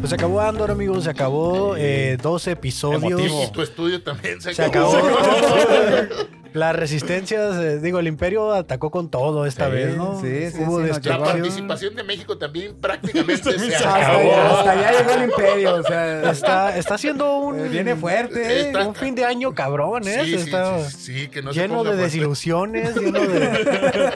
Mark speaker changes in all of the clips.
Speaker 1: Pues se acabó Andor, amigos. Se acabó eh, 12 episodios.
Speaker 2: Emotivo. Tu estudio también se,
Speaker 1: Se
Speaker 2: acabó.
Speaker 1: acabó. Las resistencias, eh, digo, el imperio atacó con todo esta
Speaker 3: Sí,
Speaker 1: vez, ¿no?
Speaker 3: sí, sí,
Speaker 1: Hubo
Speaker 2: La
Speaker 3: sí, nos llegó.
Speaker 1: destrucción.
Speaker 2: participación de México también prácticamente se
Speaker 3: Hasta,
Speaker 2: acabó.
Speaker 3: allá- hasta allá llegó el imperio, o sea,
Speaker 1: Está, está siendo un,
Speaker 3: eh, viene fuerte. ¿eh?
Speaker 2: Está-
Speaker 1: un fin de año cabrón, ¿eh?
Speaker 2: Sí, sí,
Speaker 1: Está
Speaker 2: sí, sí, que no se
Speaker 1: lleno
Speaker 2: ponga
Speaker 1: de
Speaker 2: fuerte.
Speaker 1: desilusiones, lleno de,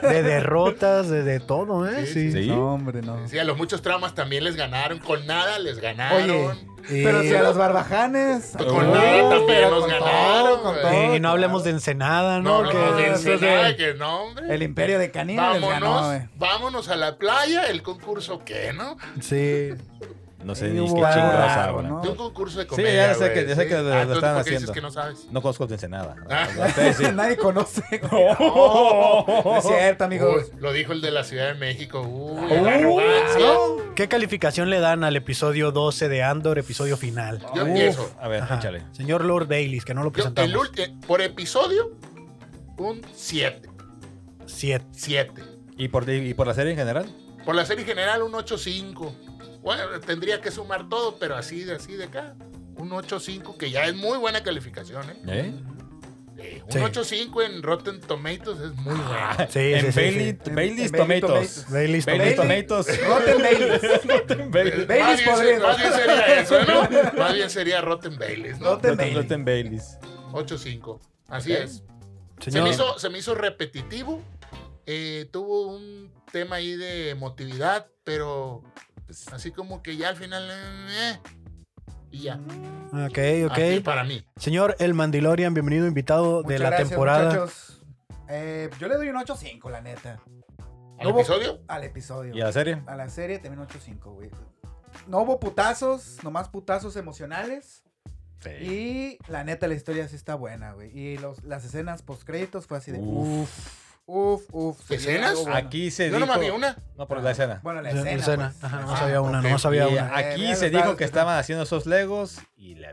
Speaker 1: de derrotas, de, de todo, ¿eh? Sí.
Speaker 2: Sí,
Speaker 4: sí.
Speaker 3: No, hombre, no.
Speaker 2: Sí, a los muchos traumas también les ganaron. Con nada les ganaron.
Speaker 3: Oye, pero si a los barbajanes.
Speaker 2: Con
Speaker 3: Oh,
Speaker 2: nada también
Speaker 3: pero
Speaker 2: nos
Speaker 3: con
Speaker 2: ganaron,
Speaker 3: todo, con
Speaker 2: güey.
Speaker 3: todo.
Speaker 1: Y no hablemos de Ensenada, ¿no?
Speaker 2: no, no,
Speaker 1: Que-
Speaker 2: no, de
Speaker 3: eso es de-
Speaker 2: Ensenada, que no, hombre.
Speaker 3: El imperio de Canina les ganó, eh.
Speaker 2: Vámonos,
Speaker 3: güey.
Speaker 2: vámonos a la playa, el concurso qué, ¿no?
Speaker 1: Sí.
Speaker 4: No sé
Speaker 3: Sí,
Speaker 4: ni qué
Speaker 3: hubo
Speaker 4: chingados
Speaker 3: algo,
Speaker 4: hablan.
Speaker 3: ¿no?
Speaker 2: De un concurso de
Speaker 4: Sí,
Speaker 2: comedia.
Speaker 4: ya sé
Speaker 2: güey,
Speaker 4: que, ya sé
Speaker 2: ¿sí?
Speaker 4: que lo,
Speaker 2: Ah,
Speaker 4: lo
Speaker 2: entonces, ¿por
Speaker 4: están
Speaker 2: qué
Speaker 4: haciendo.
Speaker 2: dices que no sabes?
Speaker 4: No conozco de Ensenada.
Speaker 2: Ah.
Speaker 4: Ustedes sí.
Speaker 3: Nadie conoce. güey. No es cierto, amigos.
Speaker 2: Uy, lo dijo el de la Ciudad de México. Uy,
Speaker 3: Uy,
Speaker 2: la arrogancia.
Speaker 3: no.
Speaker 1: ¿Qué calificación le dan al episodio 12 de Andor, episodio final?
Speaker 2: Yo
Speaker 3: Uf.
Speaker 2: empiezo.
Speaker 4: A ver,
Speaker 1: Ajá.
Speaker 4: échale.
Speaker 1: Señor Lord Baileys, que no lo
Speaker 2: Yo, el
Speaker 1: presentamos.
Speaker 2: ulti- eh, por episodio, un 7.
Speaker 1: Siete.
Speaker 2: 7.
Speaker 4: ¿Y por, y por la serie en general?
Speaker 2: Por la serie general, un 8.5. Bueno, tendría que sumar todo, pero así de así de acá. Un 8.5, que ya es muy buena calificación, ¿eh?
Speaker 4: ¿Eh?
Speaker 2: Eh, un
Speaker 1: Sí.
Speaker 2: 8.5 en Rotten Tomatoes es muy buena.
Speaker 1: Sí,
Speaker 4: en
Speaker 1: sí, sí,
Speaker 4: Bailey-
Speaker 1: sí.
Speaker 3: En- en
Speaker 4: Bailey's
Speaker 3: Bailey
Speaker 4: Tomatoes.
Speaker 3: Tomatoes.
Speaker 1: Bailey's
Speaker 4: Bailey's
Speaker 1: Tomatoes.
Speaker 4: Tomatoes.
Speaker 3: Rotten Baileys.
Speaker 4: Rotten Bailey's.
Speaker 3: Baileys
Speaker 2: más, bien, se-
Speaker 3: podrido.
Speaker 2: más bien sería eso, ¿no? Más bien sería Rotten Baileys, ¿no?
Speaker 3: Rotten Bailey.
Speaker 4: Rotten Bailey's.
Speaker 2: 8.5. Así
Speaker 4: Ok.
Speaker 2: es. Se me,
Speaker 1: Señor,
Speaker 2: hizo, se me hizo repetitivo. eh, tuvo un tema ahí de emotividad, pero pues, así como que ya al final. eh, y ya.
Speaker 1: ok,
Speaker 2: Así
Speaker 1: ok.
Speaker 2: para mí.
Speaker 1: Señor El Mandilorian, bienvenido invitado de
Speaker 3: Muchas
Speaker 1: la
Speaker 3: gracias,
Speaker 1: temporada.
Speaker 3: muchachos. Eh, yo le doy un 8.5, la neta.
Speaker 2: ¿Al
Speaker 3: No hubo-
Speaker 2: episodio?
Speaker 3: Al episodio.
Speaker 4: ¿Y a la serie?
Speaker 3: A la serie también 8.5, güey. No hubo putazos, nomás putazos emocionales.
Speaker 4: Sí.
Speaker 3: Y la neta, la historia sí está buena, güey. Y los, las escenas post créditos fue así de
Speaker 4: Uf.
Speaker 3: uff, uff, uff. se viene
Speaker 2: ¿Escenas?
Speaker 3: algo bueno. Ah,
Speaker 4: Aquí se
Speaker 2: Yo
Speaker 4: dijo... Ah,
Speaker 2: no más vi una.
Speaker 4: No, por la escena.
Speaker 3: Bueno, la
Speaker 1: La
Speaker 3: escena.
Speaker 1: escena.
Speaker 3: pues.
Speaker 1: Ajá, no
Speaker 3: Ah,
Speaker 1: sabía una,
Speaker 2: ok.
Speaker 1: no sabía
Speaker 4: Y
Speaker 1: una.
Speaker 4: aquí
Speaker 3: Eh,
Speaker 4: se
Speaker 3: vean,
Speaker 4: dijo
Speaker 3: vean,
Speaker 4: que
Speaker 3: vean.
Speaker 4: estaban haciendo esos legos y la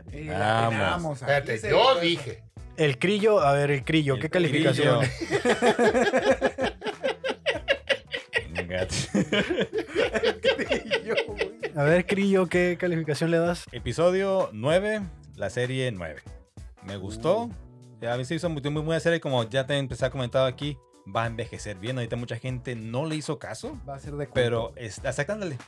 Speaker 3: Y la
Speaker 4: atinamos.
Speaker 3: atinamos, aquí
Speaker 2: Espérate,
Speaker 3: se
Speaker 2: yo
Speaker 3: dijo.
Speaker 2: dije.
Speaker 1: El Crillo, a ver, el Crillo, ¿qué
Speaker 4: El
Speaker 1: calificación?
Speaker 4: brillo. Venga.
Speaker 3: Y yo, güey.
Speaker 1: A ver, Crillo, ¿qué calificación le das?
Speaker 4: Episodio 9, la serie 9. Me gustó. A mí se hizo muy, muy buena serie, como ya te empecé a comentar aquí. Va a envejecer bien. Ahorita mucha gente no le hizo caso,
Speaker 3: Va a ser de culto.
Speaker 4: pero está sacándole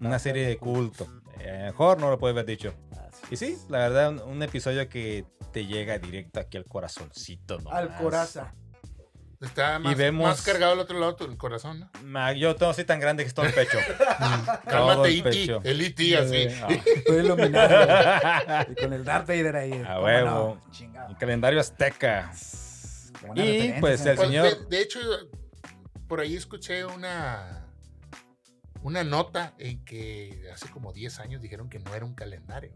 Speaker 4: una serie de culto. Eh, mejor no lo puede haber dicho.
Speaker 3: Así
Speaker 4: Y sí, la verdad, un, un episodio que te llega directo aquí al corazoncito. nomás.
Speaker 3: Al coraza.
Speaker 2: Está más,
Speaker 4: vemos-
Speaker 2: más cargado al otro lado el corazón, ¿no?
Speaker 4: Ma, Yo no soy tan grande que estoy en pecho. Todo
Speaker 2: Cálmate,
Speaker 4: el
Speaker 2: E.T.
Speaker 4: pecho.
Speaker 2: El E.T. así.
Speaker 3: Estoy iluminado. güey. y con el Darth Vader ahí.
Speaker 4: A
Speaker 3: ¿cómo
Speaker 4: huevo.
Speaker 3: no? Chingado.
Speaker 4: El calendario azteca.
Speaker 3: Qué buena
Speaker 4: Y,
Speaker 3: referencia,
Speaker 4: pues,
Speaker 3: señor.
Speaker 4: el
Speaker 2: Pues,
Speaker 4: señor-
Speaker 2: de, de hecho, por ahí escuché una una nota en que hace como 10 años dijeron que no era un calendario.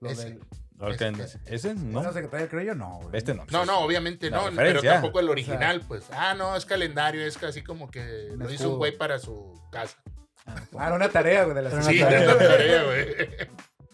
Speaker 3: Lo
Speaker 2: ese.
Speaker 3: del-
Speaker 4: El calend- ¿Ese? No.
Speaker 3: ¿No se trae el creo no, güey.
Speaker 4: Este no.
Speaker 2: No, no, obviamente
Speaker 4: La
Speaker 2: no, pero
Speaker 4: referencia.
Speaker 2: tampoco el original, pues. Ah, no, es calendario, es casi como que
Speaker 3: Un
Speaker 2: lo hizo
Speaker 3: escudo.
Speaker 2: un güey para su casa.
Speaker 3: Ah, era una tarea, güey, de la
Speaker 1: Era una
Speaker 2: Sí,
Speaker 1: tarea.
Speaker 2: es la tarea, güey.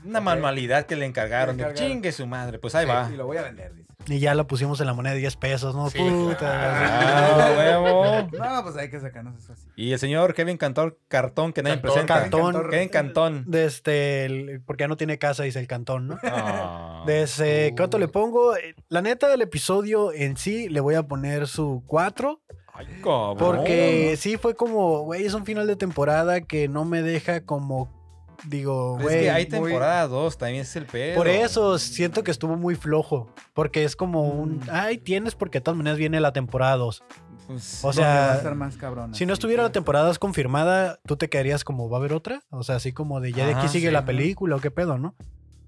Speaker 4: Una
Speaker 3: Ok.
Speaker 4: manualidad que le encargaron.
Speaker 3: Le
Speaker 4: de
Speaker 3: encargaron.
Speaker 4: Chingue su madre. Pues ahí
Speaker 2: Sí,
Speaker 4: va.
Speaker 3: Y lo voy a vender, dice.
Speaker 1: Y ya la pusimos en la moneda de 10 pesos, ¿no?
Speaker 2: Sí,
Speaker 1: Puta.
Speaker 2: claro.
Speaker 4: Ah, huevo.
Speaker 3: No, pues hay que sacarnos eso así.
Speaker 4: Y el señor Kevin Cantor, cartón que nadie
Speaker 2: Cantón,
Speaker 4: presenta.
Speaker 1: Cantón.
Speaker 4: Kevin Cantón.
Speaker 1: De este, el- porque ya no tiene casa, dice el cantón, ¿no?
Speaker 4: Ah.
Speaker 1: De ese, ¿cuánto le pongo? Eh, La neta del episodio en sí le voy a poner su 4.
Speaker 4: Ay, cabrón.
Speaker 1: Porque sí fue como, güey, es un final de temporada que no me deja como, digo,
Speaker 4: Pues Es
Speaker 1: güey.
Speaker 4: que hay
Speaker 1: muy-
Speaker 4: temporada 2, también es el pedo.
Speaker 1: Por eso siento que estuvo muy flojo. Porque es como un,
Speaker 3: Mm.
Speaker 1: ay, tienes porque de todas maneras viene la temporada 2.
Speaker 4: Pues,
Speaker 1: O
Speaker 3: ¿Dónde va a
Speaker 1: sea,
Speaker 3: estar más cabrón.
Speaker 1: si no
Speaker 3: así?
Speaker 1: estuviera la temporada 2 confirmada, tú te quedarías como, ¿va a haber otra? O sea, así como de ya de
Speaker 3: Ah,
Speaker 1: aquí
Speaker 4: Ajá,
Speaker 1: sigue
Speaker 4: sí,
Speaker 1: la
Speaker 4: ajá.
Speaker 1: película o qué pedo, ¿no?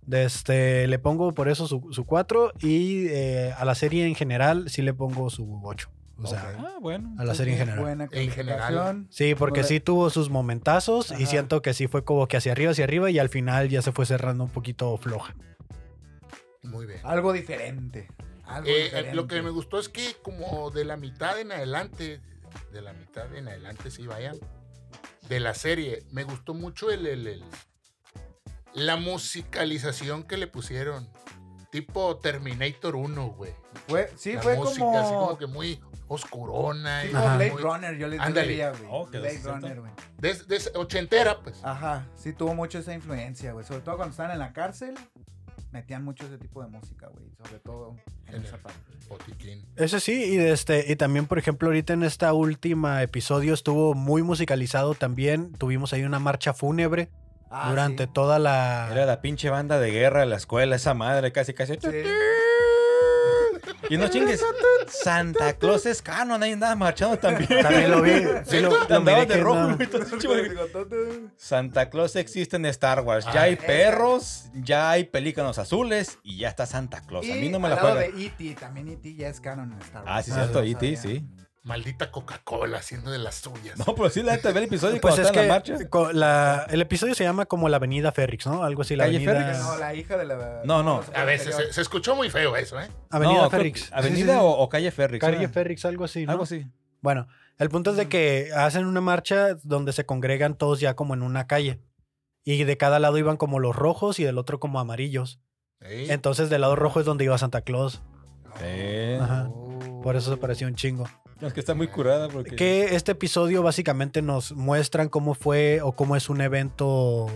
Speaker 1: De Este, le pongo por eso su 4 y eh, a la serie en general sí le pongo su 8. O sea,
Speaker 3: Ok.
Speaker 4: ah, bueno.
Speaker 1: a la serie en
Speaker 3: Es
Speaker 1: general.
Speaker 3: Buena
Speaker 2: En general.
Speaker 3: calificación.
Speaker 1: Sí, porque
Speaker 3: Bueno,
Speaker 1: sí tuvo sus momentazos y
Speaker 3: Ajá.
Speaker 1: siento que sí fue como que hacia arriba, hacia arriba y al final ya se fue cerrando un poquito floja.
Speaker 2: Muy bien.
Speaker 3: Algo diferente. Algo
Speaker 2: Eh,
Speaker 3: diferente.
Speaker 2: lo que me gustó es que como de la mitad en adelante, de la mitad en adelante sí vayan, de la serie, me gustó mucho el, el- el- la musicalización que le pusieron. Tipo Terminator 1, güey.
Speaker 3: Fue, sí,
Speaker 2: la
Speaker 3: fue
Speaker 2: música
Speaker 3: como.
Speaker 2: así como que muy oscurona. y
Speaker 3: tipo
Speaker 1: Ajá.
Speaker 3: Blade
Speaker 2: muy-
Speaker 3: Runner, yo les
Speaker 2: Ándale.
Speaker 3: diría, güey.
Speaker 4: Oh, que
Speaker 3: Blade
Speaker 4: los-
Speaker 3: Runner, güey.
Speaker 2: de, de ochentera, pues.
Speaker 3: Ajá, sí tuvo mucho esa influencia, güey. Sobre todo cuando estaban en la cárcel, metían mucho ese tipo de música, güey. Sobre todo en,
Speaker 2: En
Speaker 3: esa
Speaker 2: el-
Speaker 3: parte.
Speaker 2: Botiquín.
Speaker 1: Eso sí, y, de este, y también, por ejemplo, ahorita en esta última episodio estuvo muy musicalizado también. Tuvimos ahí una marcha fúnebre
Speaker 3: Ah,
Speaker 1: durante
Speaker 3: sí.
Speaker 1: toda
Speaker 4: Era
Speaker 1: la...
Speaker 4: la pinche banda de guerra de la escuela, esa madre, casi, casi.
Speaker 3: Sí.
Speaker 4: Y no chingues. Santa Claus es canon, ahí andaba marchando también.
Speaker 1: También lo vi. Sí, lo, lo
Speaker 4: Andaba
Speaker 1: miré
Speaker 4: de
Speaker 1: que
Speaker 4: rojo,
Speaker 1: no.
Speaker 4: güey, todo ese chivo de- Santa Claus existe en Star Wars. Ya
Speaker 2: Ah,
Speaker 4: hay
Speaker 3: esa.
Speaker 4: perros, ya hay pelícanos azules y ya está Santa Claus.
Speaker 3: Y
Speaker 4: Pues, A mí no me la
Speaker 3: al lado
Speaker 4: juega.
Speaker 3: de E.T., también E.T. ya es canon en Star Wars.
Speaker 4: Ah, sí,
Speaker 1: Ah,
Speaker 4: cierto,
Speaker 1: no
Speaker 4: E.T., sí.
Speaker 2: Maldita Coca-Cola haciendo de las suyas.
Speaker 4: No, pero sí, la neta, ve el episodio
Speaker 1: Pues
Speaker 4: cuando
Speaker 1: es
Speaker 4: está en la
Speaker 1: que
Speaker 4: marcha.
Speaker 1: co- la- el episodio se llama como la Avenida Férrix, ¿no? Algo así, la
Speaker 4: Calle
Speaker 1: Avenida,
Speaker 4: Férrix.
Speaker 3: No, la hija de la...
Speaker 4: No, no.
Speaker 2: A veces se, se escuchó muy feo eso, ¿eh?
Speaker 1: Avenida
Speaker 4: No, creo que-
Speaker 1: Férrix.
Speaker 4: ¿Avenida
Speaker 1: Sí, sí,
Speaker 4: O,
Speaker 1: sí.
Speaker 4: o Calle Ferrix?
Speaker 1: Calle Férrix, algo así, ¿no?
Speaker 4: Algo así.
Speaker 1: Bueno, el punto es de que hacen una marcha donde se congregan todos ya como en una calle. Y de cada lado iban como los rojos y del otro como amarillos.
Speaker 2: Sí.
Speaker 1: Entonces del lado rojo es donde iba Santa Claus.
Speaker 4: Sí.
Speaker 1: Ajá.
Speaker 3: Oh.
Speaker 1: Por eso se pareció un chingo.
Speaker 4: No, es que está muy curada porque.
Speaker 1: Que este episodio básicamente nos muestran cómo fue o cómo es un evento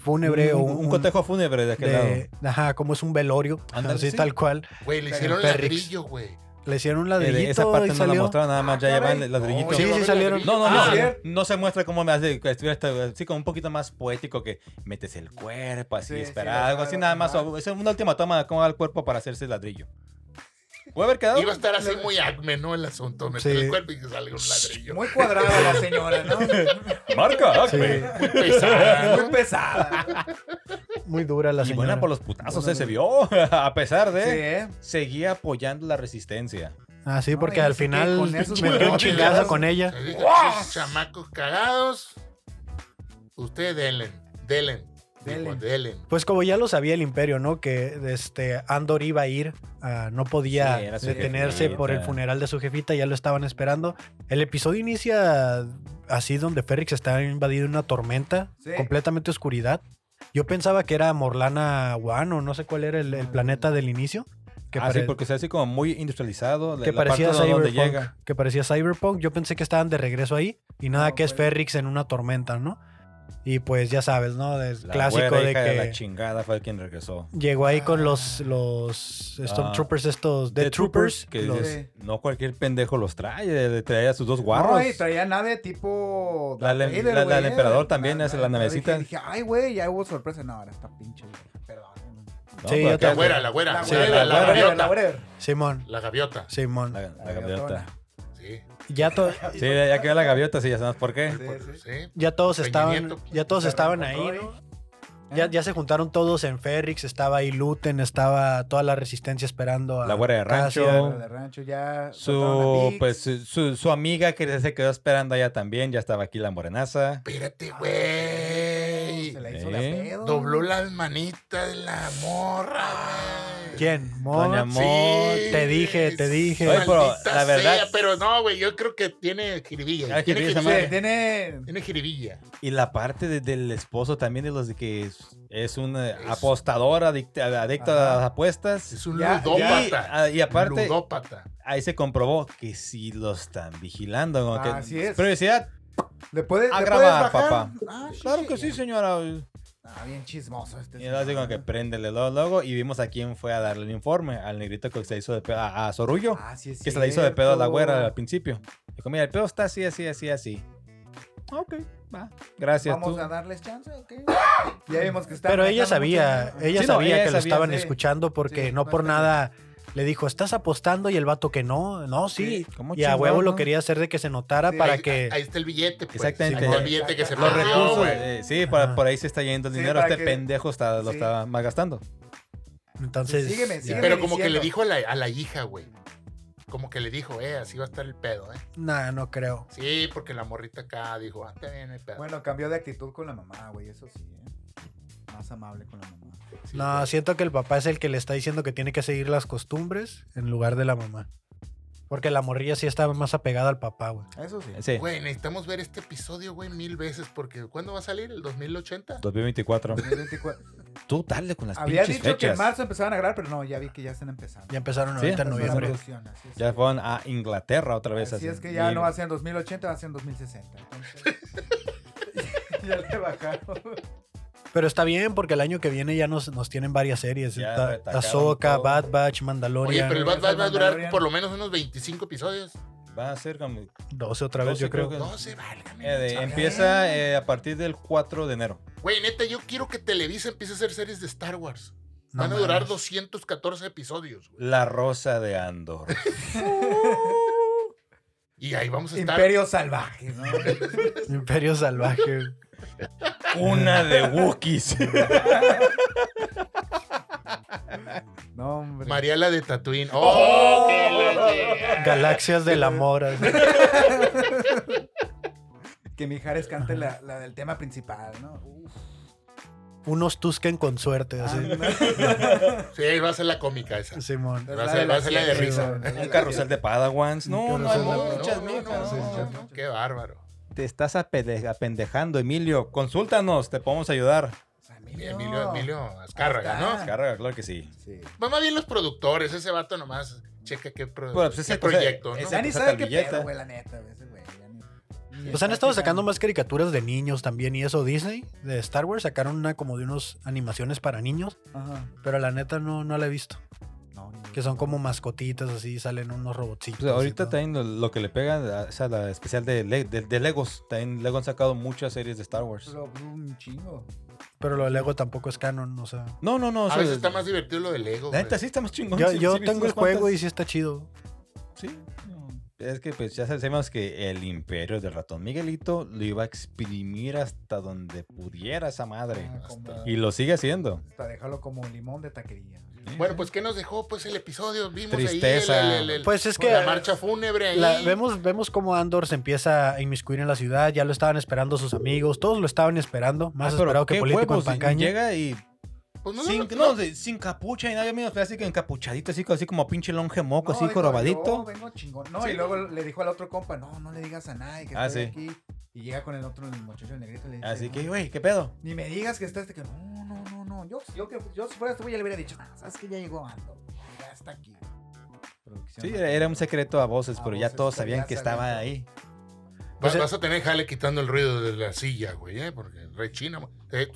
Speaker 1: fúnebre o
Speaker 4: un, un cotejo fúnebre de aquel Eh,
Speaker 1: de- ajá, cómo es un velorio,
Speaker 4: Ándale,
Speaker 1: así
Speaker 4: sí.
Speaker 1: tal cual.
Speaker 2: Güey, le hicieron
Speaker 1: Ferrix.
Speaker 2: ladrillo, güey.
Speaker 1: Le hicieron un
Speaker 4: lado. Eh,
Speaker 1: ladrillito
Speaker 4: Esa parte
Speaker 1: y
Speaker 4: no la
Speaker 1: salió.
Speaker 4: mostraron nada más, ya
Speaker 3: Ah,
Speaker 4: llevan
Speaker 3: caray.
Speaker 4: el ladrillito.
Speaker 1: Sí,
Speaker 2: llevaba
Speaker 1: sí
Speaker 2: el
Speaker 1: salieron.
Speaker 2: ladrillo.
Speaker 4: No, no,
Speaker 3: Ah,
Speaker 4: no,
Speaker 3: cierto.
Speaker 4: no se muestra como me hace que estuviera hasta- así como un poquito más poético que metes el cuerpo, así,
Speaker 3: Sí, sí,
Speaker 4: esperar
Speaker 3: la
Speaker 4: algo así, nada más.
Speaker 3: verdad.
Speaker 4: o- es una última toma de cómo va el cuerpo para hacerse el ladrillo. Puede haber quedado.
Speaker 2: Iba a estar así muy acme, ¿no? El asunto. Meter
Speaker 1: Sí.
Speaker 2: el cuerpo y que salga un ladrillo.
Speaker 3: Muy cuadrada la señora, ¿no?
Speaker 4: Marca,
Speaker 1: Sí,
Speaker 4: Acme.
Speaker 2: Muy pesada, ¿no?
Speaker 3: Muy pesada.
Speaker 1: muy dura la
Speaker 4: Y
Speaker 1: señora.
Speaker 4: buena por los putazos,
Speaker 3: Buena,
Speaker 4: eh, se
Speaker 3: buena.
Speaker 4: vio. A pesar
Speaker 3: Sí,
Speaker 4: de.
Speaker 3: ¿eh?
Speaker 4: Seguía apoyando la resistencia.
Speaker 1: Ah, sí,
Speaker 3: No,
Speaker 1: porque
Speaker 3: y
Speaker 1: al
Speaker 3: dice que
Speaker 1: final
Speaker 3: con esos
Speaker 1: metió un
Speaker 2: huevones
Speaker 1: chingazo
Speaker 2: llegaron-
Speaker 1: con ella.
Speaker 2: Se dijo, "Pinches chamacos cagados. Ustedes delen, delen. Dijo,
Speaker 3: Delen.
Speaker 2: delen.
Speaker 1: Pues como ya lo sabía el imperio, ¿no? Que este Andor iba a ir, ah, no podía
Speaker 4: Sí, era su
Speaker 1: detenerse por el
Speaker 4: jefita.
Speaker 1: funeral de su jefita, ya lo estaban esperando. El episodio inicia así donde Ferrix está invadido de una tormenta,
Speaker 3: Sí.
Speaker 1: completamente oscuridad. Yo pensaba que era Morlana One o no sé cuál era el, el planeta del inicio. Que,
Speaker 4: Mm. Ah, sí,
Speaker 1: pare-
Speaker 4: porque se hace como muy industrializado. la-
Speaker 1: que
Speaker 4: la
Speaker 1: parecía
Speaker 4: parte donde
Speaker 1: Cyberpunk.
Speaker 4: llega.
Speaker 1: Que parecía Cyberpunk. Yo pensé que estaban de regreso ahí y nada
Speaker 3: No,
Speaker 1: que es
Speaker 3: güey.
Speaker 1: Ferrix en una tormenta, ¿no? Y pues ya sabes, ¿no? Es
Speaker 4: La
Speaker 1: clásico
Speaker 4: güera
Speaker 1: de que...
Speaker 4: hija la chingada fue quien regresó.
Speaker 1: Llegó ahí con los, los Stormtroopers estos, Dead
Speaker 4: Ah. The
Speaker 1: Troopers.
Speaker 4: que
Speaker 1: los-
Speaker 4: dices, no cualquier pendejo los trae, eh, traía sus dos guarros.
Speaker 3: No, y traía nave tipo...
Speaker 4: La
Speaker 3: Darth
Speaker 4: del-
Speaker 3: Vader,
Speaker 4: la- la
Speaker 3: güey,
Speaker 4: del
Speaker 3: ¿eh?
Speaker 4: emperador también, esa, la
Speaker 3: dije-
Speaker 4: navecita.
Speaker 3: Dije, ay, güey, ya hubo sorpresa. No, ahora está pinche, güey. Perdón.
Speaker 4: No,
Speaker 1: Sí,
Speaker 4: pero
Speaker 1: yo
Speaker 4: acá-
Speaker 2: La güera, la güera.
Speaker 3: La
Speaker 2: Sí,
Speaker 3: güera,
Speaker 2: la,
Speaker 3: la,
Speaker 2: la
Speaker 3: güera, la
Speaker 2: gaviota.
Speaker 3: güera.
Speaker 1: Simón,
Speaker 2: La gaviota.
Speaker 1: Simón.
Speaker 4: La, la
Speaker 3: La
Speaker 4: gaviota.
Speaker 3: gaviotona.
Speaker 2: Sí,
Speaker 1: Ya, to-
Speaker 4: Sí, ya quedó la gaviota, sí, ya sabemos por qué.
Speaker 3: Sí, sí.
Speaker 2: sí.
Speaker 1: ya todos
Speaker 2: Peña
Speaker 1: estaban,
Speaker 2: Nieto.
Speaker 1: ya todos
Speaker 3: Se
Speaker 1: estaban ahí,
Speaker 3: reencontró
Speaker 1: pues, ¿no? Ah.
Speaker 3: ¿Eh?
Speaker 1: Ya, ya se juntaron todos en Ferrix, estaba ahí Luten, estaba toda la resistencia esperando a
Speaker 4: La güera de
Speaker 1: Cassian.
Speaker 4: rancho.
Speaker 3: Pero de rancho ya soltaron a
Speaker 4: Su,
Speaker 3: Biggs.
Speaker 4: pues, su- su, su amiga que se quedó esperando allá también, ya estaba aquí la morenaza.
Speaker 2: Espérate,
Speaker 3: Ah, Se
Speaker 2: güey.
Speaker 3: la hizo de
Speaker 4: Eh.
Speaker 3: pedo.
Speaker 2: Dobló las manitas de la morra, güey.
Speaker 1: ¿Quién? Mon.
Speaker 4: Doña
Speaker 2: Sí,
Speaker 4: Mo-
Speaker 1: te dije, te dije.
Speaker 4: Oye, pero
Speaker 2: Maldita
Speaker 4: la verdad-
Speaker 2: sea, pero no, güey, yo creo que tiene jiribilla.
Speaker 4: Ah,
Speaker 2: tiene
Speaker 4: jiribilla esa
Speaker 2: jiribilla.
Speaker 3: Sí, tiene...
Speaker 2: Tiene jiribilla.
Speaker 4: Y la parte de- del esposo también, de los de que es, es una
Speaker 2: Es-
Speaker 4: apostadora, adicta, adicta a las
Speaker 2: Es
Speaker 4: apuestas.
Speaker 2: un
Speaker 3: Ya-
Speaker 4: Y,
Speaker 2: ludópata.
Speaker 4: ah, y aparte,
Speaker 2: ludópata.
Speaker 4: ahí se comprobó que sí lo están vigilando. como que-
Speaker 3: Así es.
Speaker 4: Curiosidad,
Speaker 3: ¿Le puedes,
Speaker 4: A
Speaker 3: ¿le
Speaker 4: grabar,
Speaker 3: puedes bajar?
Speaker 4: papá.
Speaker 3: Ah, sí,
Speaker 4: Claro que sí, señora.
Speaker 3: Ah, bien chismoso este.
Speaker 4: Y entonces como
Speaker 3: señor.
Speaker 4: que préndele luego, luego, y vimos a quién fue a darle el informe, al negrito que se hizo de pedo, a, a Sorullo,
Speaker 3: Ah, sí es
Speaker 4: que se le hizo de pedo a la
Speaker 3: cierto.
Speaker 4: güera al principio. Dijo, mira, el pedo está así, así, así, así. Ah, Ok, va. Gracias.
Speaker 3: Vamos
Speaker 4: tú.
Speaker 3: a darles chance, ok. Ya vimos que está.
Speaker 1: Pero ella sabía, ella
Speaker 4: Sí, no,
Speaker 1: sabía
Speaker 4: ella
Speaker 1: que lo
Speaker 4: sabía,
Speaker 1: estaban
Speaker 3: sí.
Speaker 1: escuchando porque
Speaker 3: Sí,
Speaker 1: no
Speaker 3: no
Speaker 1: por
Speaker 3: está
Speaker 1: nada le dijo, estás apostando y el vato que no, no, sí.
Speaker 3: Sí,
Speaker 4: ¿cómo
Speaker 1: y a huevo
Speaker 4: chingado,
Speaker 1: lo
Speaker 4: no?
Speaker 1: quería hacer de que se notara
Speaker 3: Sí,
Speaker 1: para
Speaker 2: ahí,
Speaker 1: que...
Speaker 2: ahí está el billete, pues.
Speaker 4: Exactamente.
Speaker 2: Ahí está el billete que se
Speaker 3: Los
Speaker 4: Los
Speaker 2: perdió,
Speaker 4: recursos,
Speaker 2: güey.
Speaker 4: eh, sí,
Speaker 1: Ajá.
Speaker 4: por, por ahí se está yendo
Speaker 3: Ah,
Speaker 4: el
Speaker 3: Sí,
Speaker 4: dinero.
Speaker 3: para
Speaker 4: Este
Speaker 3: que-
Speaker 4: pendejo está, lo
Speaker 3: sí.
Speaker 4: está malgastando.
Speaker 1: Entonces...
Speaker 3: sígueme,
Speaker 1: ya.
Speaker 3: sígueme.
Speaker 2: Pero como que
Speaker 3: diciendo.
Speaker 2: le dijo a la, a la hija, güey. Como que le dijo, eh, así va a estar el pedo, eh.
Speaker 1: Nah, no creo.
Speaker 2: Sí, porque la morrita acá dijo, ah, está bien el pedo.
Speaker 3: Bueno, cambió de actitud con la mamá, güey, eso sí, ¿eh? Más amable con la mamá.
Speaker 2: Sí,
Speaker 1: No,
Speaker 2: güey.
Speaker 1: siento que el papá es el que le está diciendo que tiene que seguir las costumbres en lugar de la mamá. Porque la morrilla sí está más apegada al papá, güey.
Speaker 3: Eso sí.
Speaker 4: Sí,
Speaker 2: Güey, necesitamos ver este episodio, güey, mil veces, porque ¿cuándo va a salir? ¿El 2080?
Speaker 4: 2024.
Speaker 3: 2024.
Speaker 4: Tú dale con las
Speaker 3: Había
Speaker 4: pinches
Speaker 3: dicho que en
Speaker 4: fechas.
Speaker 3: marzo empezaban a grabar, pero no, ya vi que ya están empezando.
Speaker 1: Ya empezaron
Speaker 4: Sí,
Speaker 1: ahorita en
Speaker 3: Las
Speaker 1: noviembre.
Speaker 3: producciones, así es.
Speaker 4: Ya fueron a Inglaterra otra vez.
Speaker 3: Así
Speaker 4: así.
Speaker 3: es que ya
Speaker 4: Y-
Speaker 3: no va a ser en 2080, va a ser en 2060. entonces. Ya le bajaron.
Speaker 1: Pero está bien porque el año que viene ya nos, nos tienen varias series.
Speaker 4: Ya
Speaker 1: Ta-
Speaker 4: retacaron
Speaker 1: Ahsoka,
Speaker 4: todo.
Speaker 1: Bad Batch,
Speaker 2: Oye,
Speaker 1: Mandalorian.
Speaker 2: pero el Bad
Speaker 3: Regresar
Speaker 2: Batch va a durar
Speaker 3: Mandalorian.
Speaker 2: por lo menos unos 25 episodios.
Speaker 4: Va a ser como... eh,
Speaker 1: 12 otra vez,
Speaker 4: Doce
Speaker 1: yo creo.
Speaker 4: creo
Speaker 2: No se válgame.
Speaker 4: eh, de-
Speaker 2: chaval.
Speaker 4: empieza eh, a partir del 4 de enero.
Speaker 2: Güey, neta, yo quiero que Televisa empiece a hacer series de Star Wars.
Speaker 1: No
Speaker 2: Van a durar
Speaker 1: mames.
Speaker 2: 214 episodios, güey.
Speaker 4: La Rosa de Andor.
Speaker 2: Y ahí vamos a estar.
Speaker 3: Imperio salvaje, ¿no?
Speaker 1: Imperio Salvaje. güey.
Speaker 4: Una de Wookiees.
Speaker 3: No, hombre.
Speaker 2: Mariala de Tatooine. ¡Oh! qué la chingada!
Speaker 1: Galaxias del amor. así.
Speaker 3: Que Mijares cante la, la del tema principal, ¿no? Uf.
Speaker 1: Unos Tusken con suerte. Así.
Speaker 3: anda.
Speaker 2: Sí, va a ser la cómica esa.
Speaker 1: Simón.
Speaker 2: Va a ser- va a ser la de risa.
Speaker 4: Un carrusel de Padawans. No, no hay
Speaker 1: carrusel de-
Speaker 4: muchas
Speaker 2: no, no,
Speaker 4: mijas.
Speaker 2: no,
Speaker 4: no,
Speaker 2: no,
Speaker 4: no.
Speaker 2: no, Qué bárbaro.
Speaker 4: Te estás apede- apendejando, Emilio. Consúltanos, te podemos ayudar.
Speaker 2: Emilio, Emilio, Emilio Azcárraga,
Speaker 3: Ahí
Speaker 2: ¿no?
Speaker 3: está.
Speaker 4: Carga, claro que sí.
Speaker 3: Sí.
Speaker 2: Mamá bien los productores, ese vato nomás checa qué, pro-
Speaker 4: Bueno, pues ese-
Speaker 2: qué proyecto,
Speaker 4: ese-
Speaker 2: ¿no?
Speaker 4: Se
Speaker 3: Ya ni
Speaker 4: puso
Speaker 3: sabe qué
Speaker 4: servilleta.
Speaker 3: pedo, güey, la neta, güey, ese güey. ya ni- ni
Speaker 1: Pues
Speaker 3: está
Speaker 1: han estado sacando
Speaker 3: checando.
Speaker 1: más caricaturas de niños también y eso Disney de Star Wars sacaron una como de unos animaciones para niños,
Speaker 3: Ajá.
Speaker 1: pero la neta no, no la he visto.
Speaker 3: No, ni-
Speaker 1: Que son como mascotitas así, salen unos robotcitos.
Speaker 4: Pues ahorita
Speaker 1: y todo.
Speaker 4: también lo, lo que le pega, o sea, la especial de, Le- de- de Legos. También Lego han sacado muchas series de Star Wars.
Speaker 3: Pero un chingo.
Speaker 1: Pero lo de Lego tampoco es canon, o sea.
Speaker 4: No, no, no. o
Speaker 2: A
Speaker 4: sea,
Speaker 2: veces está más divertido lo de Lego.
Speaker 4: La
Speaker 2: güey.
Speaker 4: neta sí está más chingón.
Speaker 1: Yo,
Speaker 4: sí,
Speaker 1: yo
Speaker 4: sí he visto
Speaker 1: tengo el
Speaker 4: unas
Speaker 1: juego
Speaker 4: cuantas.
Speaker 1: y sí está chido.
Speaker 4: Sí. no. Es que pues ya sabemos que el imperio del ratón Miguelito lo iba a exprimir hasta donde pudiera esa madre.
Speaker 3: Ah,
Speaker 2: hasta-
Speaker 3: como-
Speaker 4: Y lo sigue haciendo.
Speaker 3: Hasta dejarlo como limón de taquería.
Speaker 2: Bueno, pues ¿qué nos dejó pues el episodio? Vimos ahí el-
Speaker 4: Tristeza.
Speaker 2: el- el- el-
Speaker 1: Pues es que
Speaker 2: la marcha fúnebre ahí.
Speaker 1: la- vemos, vemos cómo Andor se empieza a inmiscuir en la ciudad, ya lo estaban esperando sus amigos, todos lo estaban esperando, más
Speaker 4: Ah, pero
Speaker 1: esperado que
Speaker 4: qué
Speaker 1: político en
Speaker 4: huevos,
Speaker 1: Pancaña.
Speaker 4: Llega y
Speaker 2: Pues no, no,
Speaker 4: sin,
Speaker 2: no,
Speaker 4: no, de- sin capucha y nada, menos así que encapuchadito, así, así como pinche longe moco,
Speaker 3: No,
Speaker 4: así
Speaker 3: dijo,
Speaker 4: jorobadito.
Speaker 3: "Yo vengo chingón. No,
Speaker 4: Sí.
Speaker 3: y luego le dijo al otro compa, no, no le digas a nadie que
Speaker 4: Ah,
Speaker 3: estoy
Speaker 4: sí.
Speaker 3: aquí. Y llega con el otro el muchacho el negrito y le dice,
Speaker 4: Así
Speaker 3: "No,
Speaker 4: que, güey, ¿qué pedo?
Speaker 3: Ni me digas que estás, que no, no, no, no. Yo, yo, que, yo si fuera este güey ya le hubiera dicho, "Ah, sabes que ya llegó Ando. Ya está aquí. Pero que se
Speaker 4: Sí,
Speaker 3: llama-
Speaker 4: era era un secreto a voces,
Speaker 3: A
Speaker 4: pero ya
Speaker 3: voces,
Speaker 4: todos
Speaker 3: pero
Speaker 4: sabían
Speaker 3: ya
Speaker 4: que
Speaker 3: sabían
Speaker 4: estaba
Speaker 3: todo.
Speaker 4: ahí.
Speaker 2: vas,
Speaker 1: Pues, eh,
Speaker 2: vas a tener jale quitando el ruido de la silla, güey, ¿eh? porque rechina. mo- eh,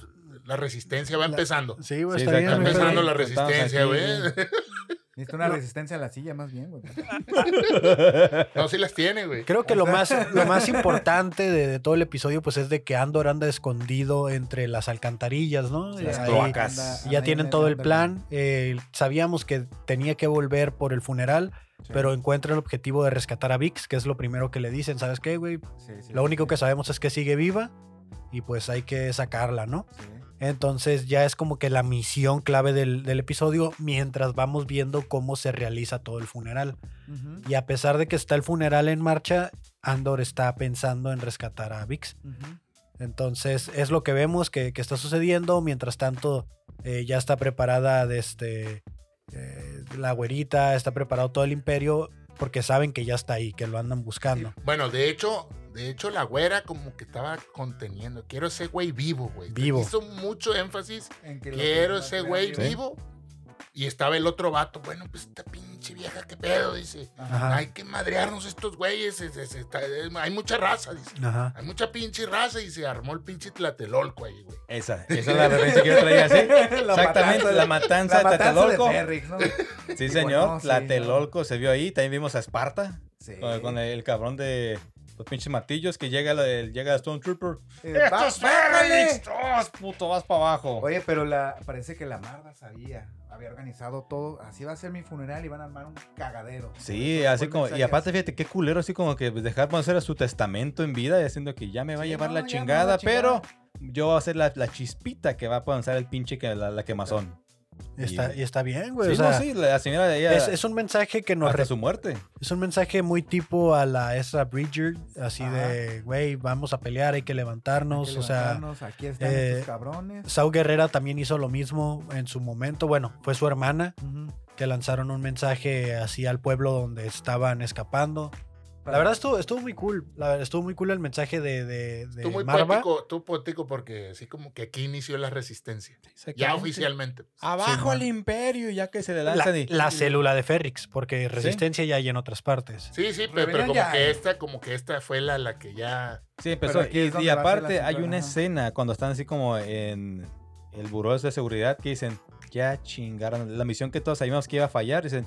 Speaker 2: la resistencia va
Speaker 1: La-
Speaker 2: empezando.
Speaker 1: Sí, güey,
Speaker 4: Sí,
Speaker 1: está bien.
Speaker 2: Está
Speaker 4: exactamente.
Speaker 1: güey, pero-
Speaker 2: empezando la
Speaker 4: Estamos
Speaker 2: resistencia,
Speaker 4: aquí,
Speaker 2: güey.
Speaker 3: Necesita una resistencia a la silla más bien, güey.
Speaker 2: No, sí las tiene, güey.
Speaker 1: Creo que lo más, lo más importante de, de todo el episodio, pues es de que Andor anda escondido entre las alcantarillas, ¿no?
Speaker 4: Las
Speaker 1: Ahí
Speaker 4: cloacas.
Speaker 1: Y ya tienen todo el plan. Eh, sabíamos que tenía que volver por el funeral, pero encuentra el objetivo de rescatar a Vix, que es lo primero que le dicen. ¿Sabes qué, güey? Lo único que sabemos es que sigue viva y pues hay que sacarla, ¿no? Entonces ya es como que la misión clave del, del episodio mientras vamos viendo cómo se realiza todo el funeral. Y a pesar de que está el funeral en marcha, Andor está pensando en rescatar a Vix. Entonces es lo que vemos que, que está sucediendo. Mientras tanto, eh, ya está preparada de este, eh, la güerita, está preparado todo el imperio porque saben que ya está ahí, que lo andan buscando.
Speaker 2: Bueno, de hecho, de hecho la güera como que estaba conteniendo. Quiero ese güey vivo, güey.
Speaker 1: Vivo.
Speaker 2: Hizo mucho énfasis. Quiero ese güey
Speaker 4: Sí.
Speaker 2: vivo. Y estaba el otro vato. Bueno, pues esta pinche vieja, qué pedo, dice.
Speaker 4: Ah.
Speaker 1: Ajá.
Speaker 2: Hay que madrearnos estos güeyes. es- es- está- es- hay mucha raza, dice.
Speaker 1: Ajá.
Speaker 2: Hay mucha pinche raza y se armó el pinche tlatelolco ahí, güey.
Speaker 4: Esa, esa es la referencia que yo traía, sí. Exactamente, la matanza de Tlatelolco. Sí,
Speaker 3: Digo,
Speaker 4: señor,
Speaker 3: no, sí,
Speaker 4: Tlatelolco se vio ahí. También vimos a Esparta con, con
Speaker 3: el...
Speaker 4: el, cabrón de los pinches martillos que llega, la- el, llega Stormtrooper. ¡Estos
Speaker 3: Eh, ¡Bájale!
Speaker 4: Ferrix! ¡Tos, puto, vas para abajo!
Speaker 3: Oye, pero la, parece que la Marda sabía, había organizado todo. Así va a ser mi funeral y van a armar un cagadero.
Speaker 4: Sí,
Speaker 3: Por eso
Speaker 4: así
Speaker 3: fue
Speaker 4: como.
Speaker 3: el
Speaker 4: Y
Speaker 3: mensaje
Speaker 4: aparte,
Speaker 3: así.
Speaker 4: fíjate qué culero, así como que pues, dejar hacer su testamento en vida, diciendo que ya me va a
Speaker 3: Sí,
Speaker 4: llevar
Speaker 3: no,
Speaker 4: la
Speaker 3: ya me va a
Speaker 4: chingada, pero
Speaker 3: chingar.
Speaker 4: yo voy a ser la, la chispita que va a lanzar el pinche que la, la quemazón.
Speaker 1: Está, y está bien, güey.
Speaker 4: sí,
Speaker 1: o sea,
Speaker 4: no, sí, la señora de ella.
Speaker 1: es, es un mensaje que nos
Speaker 4: hasta
Speaker 1: re-
Speaker 4: su muerte.
Speaker 1: es un mensaje muy tipo a la Ezra Bridger, así
Speaker 3: Ajá.
Speaker 1: de, güey, vamos a pelear, hay que levantarnos,
Speaker 3: Hay que
Speaker 1: o sea,
Speaker 3: levantarnos, aquí están
Speaker 1: eh,
Speaker 3: estos cabrones.
Speaker 1: Sau Guerrera también hizo lo mismo en su momento, bueno, fue su hermana, que lanzaron un mensaje así al pueblo donde estaban escapando. La verdad estuvo, estuvo muy cool. La verdad, estuvo muy cool el mensaje de, de, de
Speaker 2: Tú muy
Speaker 1: Marva.
Speaker 2: poético, tú poético porque así como que aquí inició la resistencia. Ya oficialmente. pues.
Speaker 4: Abajo
Speaker 1: Sí,
Speaker 4: el imperio, ya que se le
Speaker 1: La,
Speaker 4: lanzan y-
Speaker 1: la célula de Ferrix, porque resistencia ya hay en otras partes.
Speaker 2: Sí, sí, pe- pero,
Speaker 3: Rebelión
Speaker 2: como
Speaker 3: ya
Speaker 2: que
Speaker 3: hay.
Speaker 2: esta, como que esta fue la, la que ya.
Speaker 4: Sí, empezó.
Speaker 3: aquí es
Speaker 4: Y,
Speaker 3: donde
Speaker 4: y
Speaker 3: va a ser la
Speaker 4: aparte hay
Speaker 3: central,
Speaker 4: una
Speaker 3: ajá.
Speaker 4: escena cuando están así como en el buró de seguridad que dicen, ya chingaron. La misión que todos sabíamos que iba a fallar, dicen,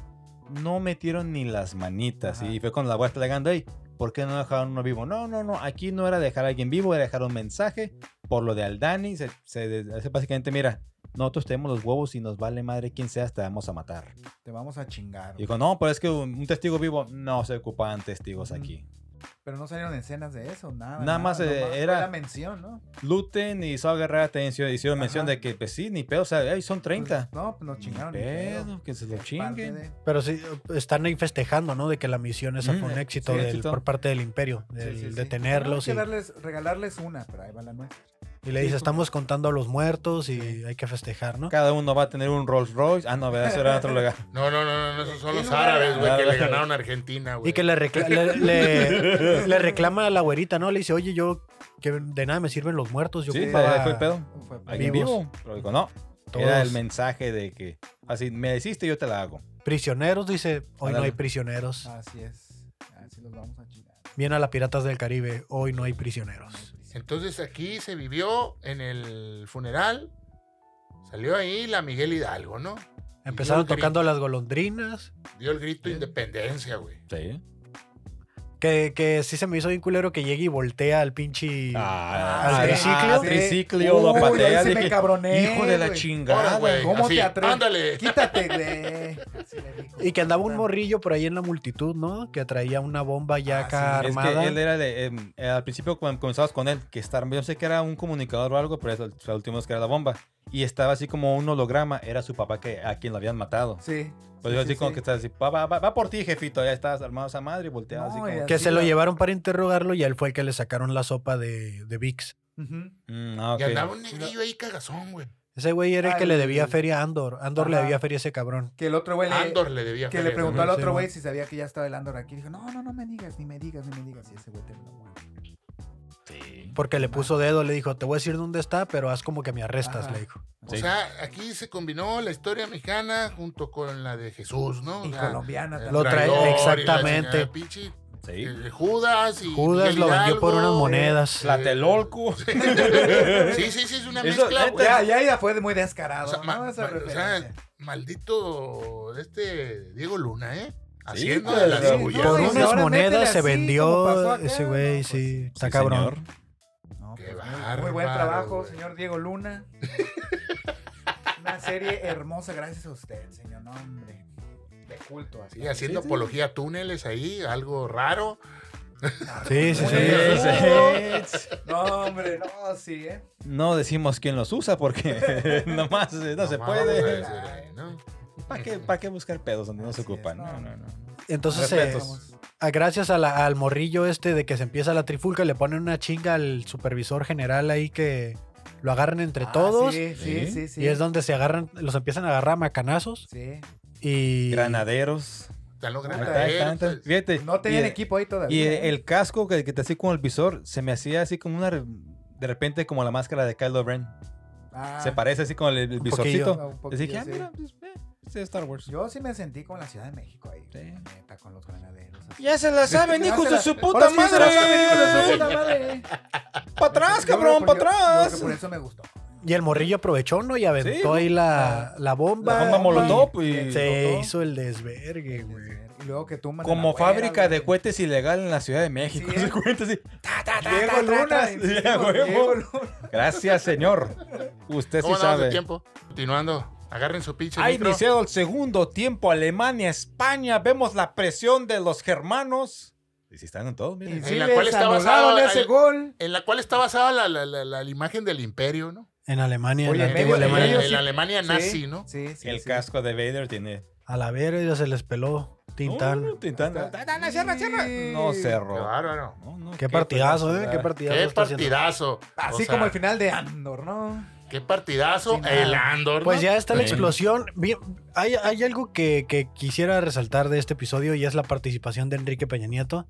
Speaker 4: no metieron ni las manitas.
Speaker 3: Ajá.
Speaker 4: Y fue cuando la voz plegando, ahí, ¿por qué no dejaron uno vivo? No, no, no, aquí no era dejar a alguien vivo, era dejar un mensaje. Por lo de Aldani, se, se hace básicamente, mira, nosotros tenemos los huevos y nos vale madre quién seas, te vamos a matar.
Speaker 3: Te vamos a chingar.
Speaker 4: Y dijo, no, pero es que un, un testigo vivo, no se ocupaban testigos
Speaker 3: Ujú.
Speaker 4: aquí.
Speaker 3: Pero no salieron escenas de eso, nada.
Speaker 4: Nada más, eh,
Speaker 3: fue
Speaker 4: era-
Speaker 3: la mención, ¿no? Pues,
Speaker 4: Luten y Sao Guerrera te hicieron, hicieron
Speaker 3: Ajá.
Speaker 4: mención de que, pues sí, ni pedo, o sea, "Ey, son 30.
Speaker 3: Pues, no, pues nos chingaron.
Speaker 4: Ni
Speaker 3: ni pedo.
Speaker 4: pedo, que se lo
Speaker 3: Es parte
Speaker 4: chinguen.
Speaker 3: de-
Speaker 1: Pero sí, están ahí festejando, ¿no? De que la misión esa
Speaker 4: Mm,
Speaker 1: fue un
Speaker 4: eh,
Speaker 1: éxito,
Speaker 4: sí,
Speaker 1: del-
Speaker 4: éxito.
Speaker 1: por parte del imperio,
Speaker 3: Sí,
Speaker 1: del
Speaker 3: sí, sí.
Speaker 1: detenerlos.
Speaker 3: Hay
Speaker 1: y,
Speaker 3: que darles- regalarles una, pero ahí va la nuestra.
Speaker 1: y le dice, estamos contando a los muertos y hay que festejar, ¿no?
Speaker 4: Cada uno va a tener un Rolls Royce. Ah, no, ¿verdad? Eso era en otro lugar.
Speaker 2: No, no, no, no, no, esos son
Speaker 3: ¿Qué
Speaker 2: los
Speaker 3: lugar?
Speaker 2: árabes, güey, que
Speaker 4: Árabe.
Speaker 2: le ganaron a Argentina, güey.
Speaker 1: Y que le, recla- le, le- le reclama a la güerita, ¿no? Le dice, oye, yo, que de nada me sirven los muertos. Yo
Speaker 4: sí,
Speaker 1: ocupaba
Speaker 4: ahí fue el pedo.
Speaker 3: Fue-
Speaker 4: Alguien
Speaker 1: Vivos.
Speaker 4: vivo. Pero dijo, no.
Speaker 1: todos
Speaker 4: Era el mensaje de que, así, me hiciste, yo te la hago.
Speaker 1: prisioneros, dice, hoy no
Speaker 4: Ándale.
Speaker 1: hay prisioneros.
Speaker 3: Así es. Así los vamos a chingar.
Speaker 1: Viene a la Piratas del Caribe, hoy no hay prisioneros.
Speaker 2: Entonces aquí se vivió en el funeral. Salió ahí la Miguel Hidalgo, ¿no?
Speaker 1: Empezaron
Speaker 2: Yo quería-
Speaker 1: tocando las golondrinas.
Speaker 2: Dio el grito de independencia, güey.
Speaker 4: Sí.
Speaker 1: Que, que sí se me hizo bien culero que llegue y voltea al pinche...
Speaker 4: Ah,
Speaker 1: ¿al
Speaker 4: ah,
Speaker 1: triciclo?
Speaker 4: al triciclo, lo
Speaker 3: Uy,
Speaker 4: patea.
Speaker 3: ahí sí me
Speaker 4: dije,
Speaker 3: cabroné,
Speaker 4: Hijo de la
Speaker 3: güey.
Speaker 2: Ahora,
Speaker 4: chingada.
Speaker 2: güey.
Speaker 3: ¿cómo
Speaker 2: así,
Speaker 3: te atreves?
Speaker 2: Ándale.
Speaker 3: Quítate, güey. Así le dijo.
Speaker 1: Y que andaba un morrillo por ahí en la multitud, ¿no? Que traía una bomba ya
Speaker 3: Ah,
Speaker 1: acá
Speaker 3: sí.
Speaker 4: Es
Speaker 1: armada.
Speaker 4: que él era de, em, eh, al principio cuando comenzabas con él, que estar, yo sé que era un comunicador o algo, pero es el, el último es que era la bomba. Y estaba así como un holograma, era su papá que, a quien lo habían matado.
Speaker 3: Sí.
Speaker 4: Pues
Speaker 3: sí,
Speaker 4: yo
Speaker 3: sí,
Speaker 4: así como
Speaker 3: sí.
Speaker 4: que estaba así, va, va, va, va por ti, jefito, ya estabas armado esa madre y volteaba
Speaker 3: No,
Speaker 4: así como.
Speaker 3: y
Speaker 1: Que
Speaker 3: así
Speaker 1: se lo
Speaker 3: la-
Speaker 1: llevaron para interrogarlo y a él fue el que le sacaron la sopa de, de Vicks.
Speaker 3: Ujú.
Speaker 4: Mm, ah,
Speaker 2: Y
Speaker 4: ok.
Speaker 2: andaba un negrillo ahí cagazón, güey.
Speaker 1: Ese güey era el que
Speaker 3: Ay,
Speaker 1: le debía feria a Andor. Andor le
Speaker 3: Ajá.
Speaker 1: debía feria a ese cabrón.
Speaker 3: Que el otro güey le,
Speaker 2: Andor le debía
Speaker 3: que
Speaker 2: feria
Speaker 3: le
Speaker 2: a ese
Speaker 3: preguntó
Speaker 2: güey.
Speaker 3: al otro
Speaker 1: Sí,
Speaker 3: güey
Speaker 1: man.
Speaker 3: si sabía que ya estaba el Andor aquí. Dijo, no, no, no me digas, ni me digas, ni me digas. Y ese güey terminó muerto.
Speaker 1: Porque le puso dedo, le dijo, te voy a decir dónde está, pero haz como que me arrestas,
Speaker 3: Ajá.
Speaker 1: le dijo.
Speaker 2: O sea, aquí se combinó la historia mexicana junto con la de Jesús, ¿no? O
Speaker 3: Y
Speaker 2: sea,
Speaker 3: colombiana
Speaker 2: el
Speaker 3: también.
Speaker 1: Lo trae-
Speaker 2: traidor y la
Speaker 1: exactamente.
Speaker 2: chingada, pinche,
Speaker 4: Sí.
Speaker 2: eh, Judas y
Speaker 1: Judas
Speaker 2: Miguel
Speaker 1: lo vendió
Speaker 2: Hidalgo. eh.
Speaker 1: por unas monedas.
Speaker 4: Tlatelolco.
Speaker 2: Sí, sí, sí, es una
Speaker 4: Eso, eh.
Speaker 2: mezcla,
Speaker 4: neta,
Speaker 2: güey.
Speaker 3: Ya, ya, ya fue de- muy
Speaker 2: O
Speaker 3: descarado.
Speaker 2: sea, ma-
Speaker 3: ¿no?
Speaker 2: ma-
Speaker 3: Esa
Speaker 2: o sea,
Speaker 3: referencia.
Speaker 2: maldito este Diego Luna, ¿eh?
Speaker 4: Sí,
Speaker 2: Haciendo
Speaker 4: güey,
Speaker 2: de la
Speaker 4: sí,
Speaker 2: suya.
Speaker 3: Ya,
Speaker 1: Por
Speaker 3: sí,
Speaker 1: unas
Speaker 3: ahora métele
Speaker 1: monedas
Speaker 3: así,
Speaker 1: se
Speaker 3: como pasó
Speaker 1: vendió
Speaker 3: acá,
Speaker 1: ese güey,
Speaker 3: ¿no?
Speaker 1: sí.
Speaker 3: Pues,
Speaker 1: Está
Speaker 4: Sí,
Speaker 1: cabrón.
Speaker 4: señor.
Speaker 3: No,
Speaker 2: Qué
Speaker 3: pues, muy- muy,
Speaker 2: bárbaro,
Speaker 3: buen trabajo,
Speaker 2: güey.
Speaker 3: señor Diego Luna. Una serie hermosa, gracias a usted, señor. No, hombre. De culto.
Speaker 2: Sí, haciendo apología a túneles ahí, algo raro.
Speaker 1: Sí, sí,
Speaker 4: Sí,
Speaker 1: sí.
Speaker 4: sí.
Speaker 3: No, hombre, no, sí, ¿eh?
Speaker 4: No decimos quién los usa porque nomás eh, no
Speaker 2: Nomás
Speaker 4: se
Speaker 2: vamos a
Speaker 4: puede.
Speaker 2: decir, eh, ¿no?
Speaker 4: ¿Para qué, para qué buscar pedos donde no
Speaker 3: Así
Speaker 4: se
Speaker 3: es,
Speaker 4: ocupan?
Speaker 3: no,
Speaker 4: No, no,
Speaker 3: no,
Speaker 4: no.
Speaker 1: Entonces, eh,
Speaker 4: Respetos.
Speaker 1: a- gracias a la- al morrillo este de que se empieza la trifulca, le ponen una chinga al supervisor general ahí que lo agarran entre
Speaker 3: Ah,
Speaker 1: todos.
Speaker 3: Sí, sí, sí. sí.
Speaker 1: Y es donde se agarran, los empiezan a agarrar a macanazos.
Speaker 3: Sí.
Speaker 1: Y.
Speaker 4: Granaderos.
Speaker 2: Están pues, los
Speaker 4: Ahí está, ahí está, ahí está.
Speaker 2: granaderos.
Speaker 4: Fíjate.
Speaker 3: No
Speaker 4: y
Speaker 3: tenían
Speaker 4: el-
Speaker 3: equipo ahí todavía.
Speaker 4: Y
Speaker 3: ¿eh?
Speaker 4: el casco que, que te hacía con el visor se me hacía así como una. De repente, como la máscara de Kylo Ren.
Speaker 3: Ah,
Speaker 4: Se parece así con el, el
Speaker 1: Un
Speaker 4: visorcito.
Speaker 3: poquillo. Un
Speaker 4: Así que, ah,
Speaker 3: poquillo,
Speaker 4: mira, pues, eh, es de Star Wars.
Speaker 3: Yo sí me sentí como en la Ciudad de México ahí.
Speaker 4: Sí.
Speaker 3: la Neta, con los granaderos. así.
Speaker 4: Ya se la saben,
Speaker 3: Ya
Speaker 4: hijos
Speaker 3: se
Speaker 4: de
Speaker 3: la-
Speaker 4: su
Speaker 3: Ahora
Speaker 4: puta
Speaker 3: sí se la saben, hijos de su
Speaker 4: madre.
Speaker 3: puta madre.
Speaker 4: Para atrás,
Speaker 3: Yo creo
Speaker 4: cabrón,
Speaker 3: por-
Speaker 4: para
Speaker 3: yo- yo
Speaker 4: atrás.
Speaker 3: creo que Por eso me gustó.
Speaker 1: Y el morrillo aprovechó, ¿no? Y aventó
Speaker 4: Sí.
Speaker 1: ahí la, la bomba.
Speaker 4: La bomba molotov y.
Speaker 1: Se
Speaker 3: Molotov.
Speaker 1: hizo el desvergue, güey.
Speaker 3: Y luego que tumban. a la
Speaker 4: Como
Speaker 3: güera,
Speaker 4: fábrica
Speaker 3: güey.
Speaker 4: de cohetes ilegal en la Ciudad de México.
Speaker 3: Sí, ¿eh?
Speaker 4: Cohetes así. Ta, ta, ta,
Speaker 3: Diego
Speaker 4: ta, ta,
Speaker 3: Luna.
Speaker 4: ta.
Speaker 3: insistimos,
Speaker 4: Ya, huevo.
Speaker 3: Diego Luna.
Speaker 4: Gracias, señor. Usted sí
Speaker 2: ¿Cómo andamos de
Speaker 4: sabe.
Speaker 2: tiempo? Continuando. Agarren su pinche
Speaker 4: Ha
Speaker 2: micro.
Speaker 4: iniciado el segundo tiempo. Alemania, España. Vemos la presión de los germanos. Y si están en todos,
Speaker 3: Y
Speaker 4: miren.
Speaker 3: sí
Speaker 2: la
Speaker 3: les
Speaker 2: cual está
Speaker 3: anularon
Speaker 2: basado
Speaker 3: ese
Speaker 2: el-
Speaker 3: gol.
Speaker 2: En la cual está basada la, la- la- la- la imagen del imperio, ¿no?
Speaker 1: En Alemania, en
Speaker 3: Oye,
Speaker 1: la
Speaker 2: en,
Speaker 1: antigua
Speaker 3: medio-
Speaker 1: Alemania.
Speaker 3: medio-
Speaker 2: en la Alemania nazi,
Speaker 3: Sí,
Speaker 2: ¿no?
Speaker 3: Sí, sí.
Speaker 4: El
Speaker 3: sí.
Speaker 4: casco de Vader tiene.
Speaker 1: A la verga se les peló Tintán.
Speaker 4: No, Tintán.
Speaker 3: Hasta-
Speaker 4: Ta, ta, la cierra, cierra. No
Speaker 2: Qué
Speaker 4: cerró.
Speaker 2: bárbaro.
Speaker 4: No, no,
Speaker 1: Qué partidazo, ¿eh?
Speaker 4: pedazo,
Speaker 1: Qué
Speaker 4: ¿verdad?
Speaker 1: partidazo.
Speaker 2: Qué
Speaker 1: está haciendo.
Speaker 2: partidazo.
Speaker 3: Así
Speaker 2: O sea,
Speaker 3: como el final de Andor, ¿no?
Speaker 2: Qué partidazo.
Speaker 3: Sí, nada.
Speaker 2: el Andor. ¿no?
Speaker 1: Pues ya está la
Speaker 4: Sí.
Speaker 1: explosión. Bien, Hay, hay algo que, que quisiera resaltar de este episodio y es la participación de Enrique Peña Nieto,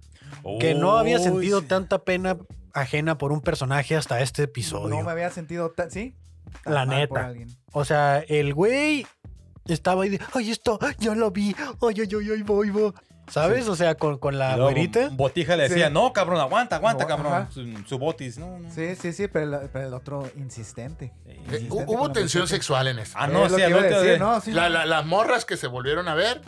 Speaker 1: que no había
Speaker 4: Uy,
Speaker 1: sentido
Speaker 4: sí.
Speaker 1: tanta pena ajena por un personaje hasta este episodio.
Speaker 3: No me había sentido tan. ¿Sí? Tan
Speaker 1: La
Speaker 3: mal por
Speaker 1: neta.
Speaker 3: alguien.
Speaker 1: O sea, el güey estaba ahí de, ay, esto, yo lo vi, ay, ay, ay, ay, voy, voy. ¿Sabes? O sea, con, con
Speaker 4: Y
Speaker 1: la
Speaker 4: luego mm,
Speaker 1: güerita.
Speaker 4: Botija le decía,
Speaker 3: Sí.
Speaker 4: no, cabrón, aguanta, aguanta,
Speaker 3: No,
Speaker 4: cabrón.
Speaker 3: ajá.
Speaker 4: Su, su botis, no, no.
Speaker 3: Sí, sí, sí, pero el, pero el otro insistente.
Speaker 2: Eh,
Speaker 4: Sí.
Speaker 2: hu-
Speaker 3: con
Speaker 2: hubo
Speaker 3: la
Speaker 2: tensión
Speaker 3: muchacha.
Speaker 2: sexual en eso.
Speaker 4: Ah, no,
Speaker 3: Es lo
Speaker 4: sí,
Speaker 3: que
Speaker 4: al
Speaker 3: iba a
Speaker 4: otro
Speaker 3: decir,
Speaker 4: de-
Speaker 3: no, sí.
Speaker 2: La- la- las morras que se volvieron a ver,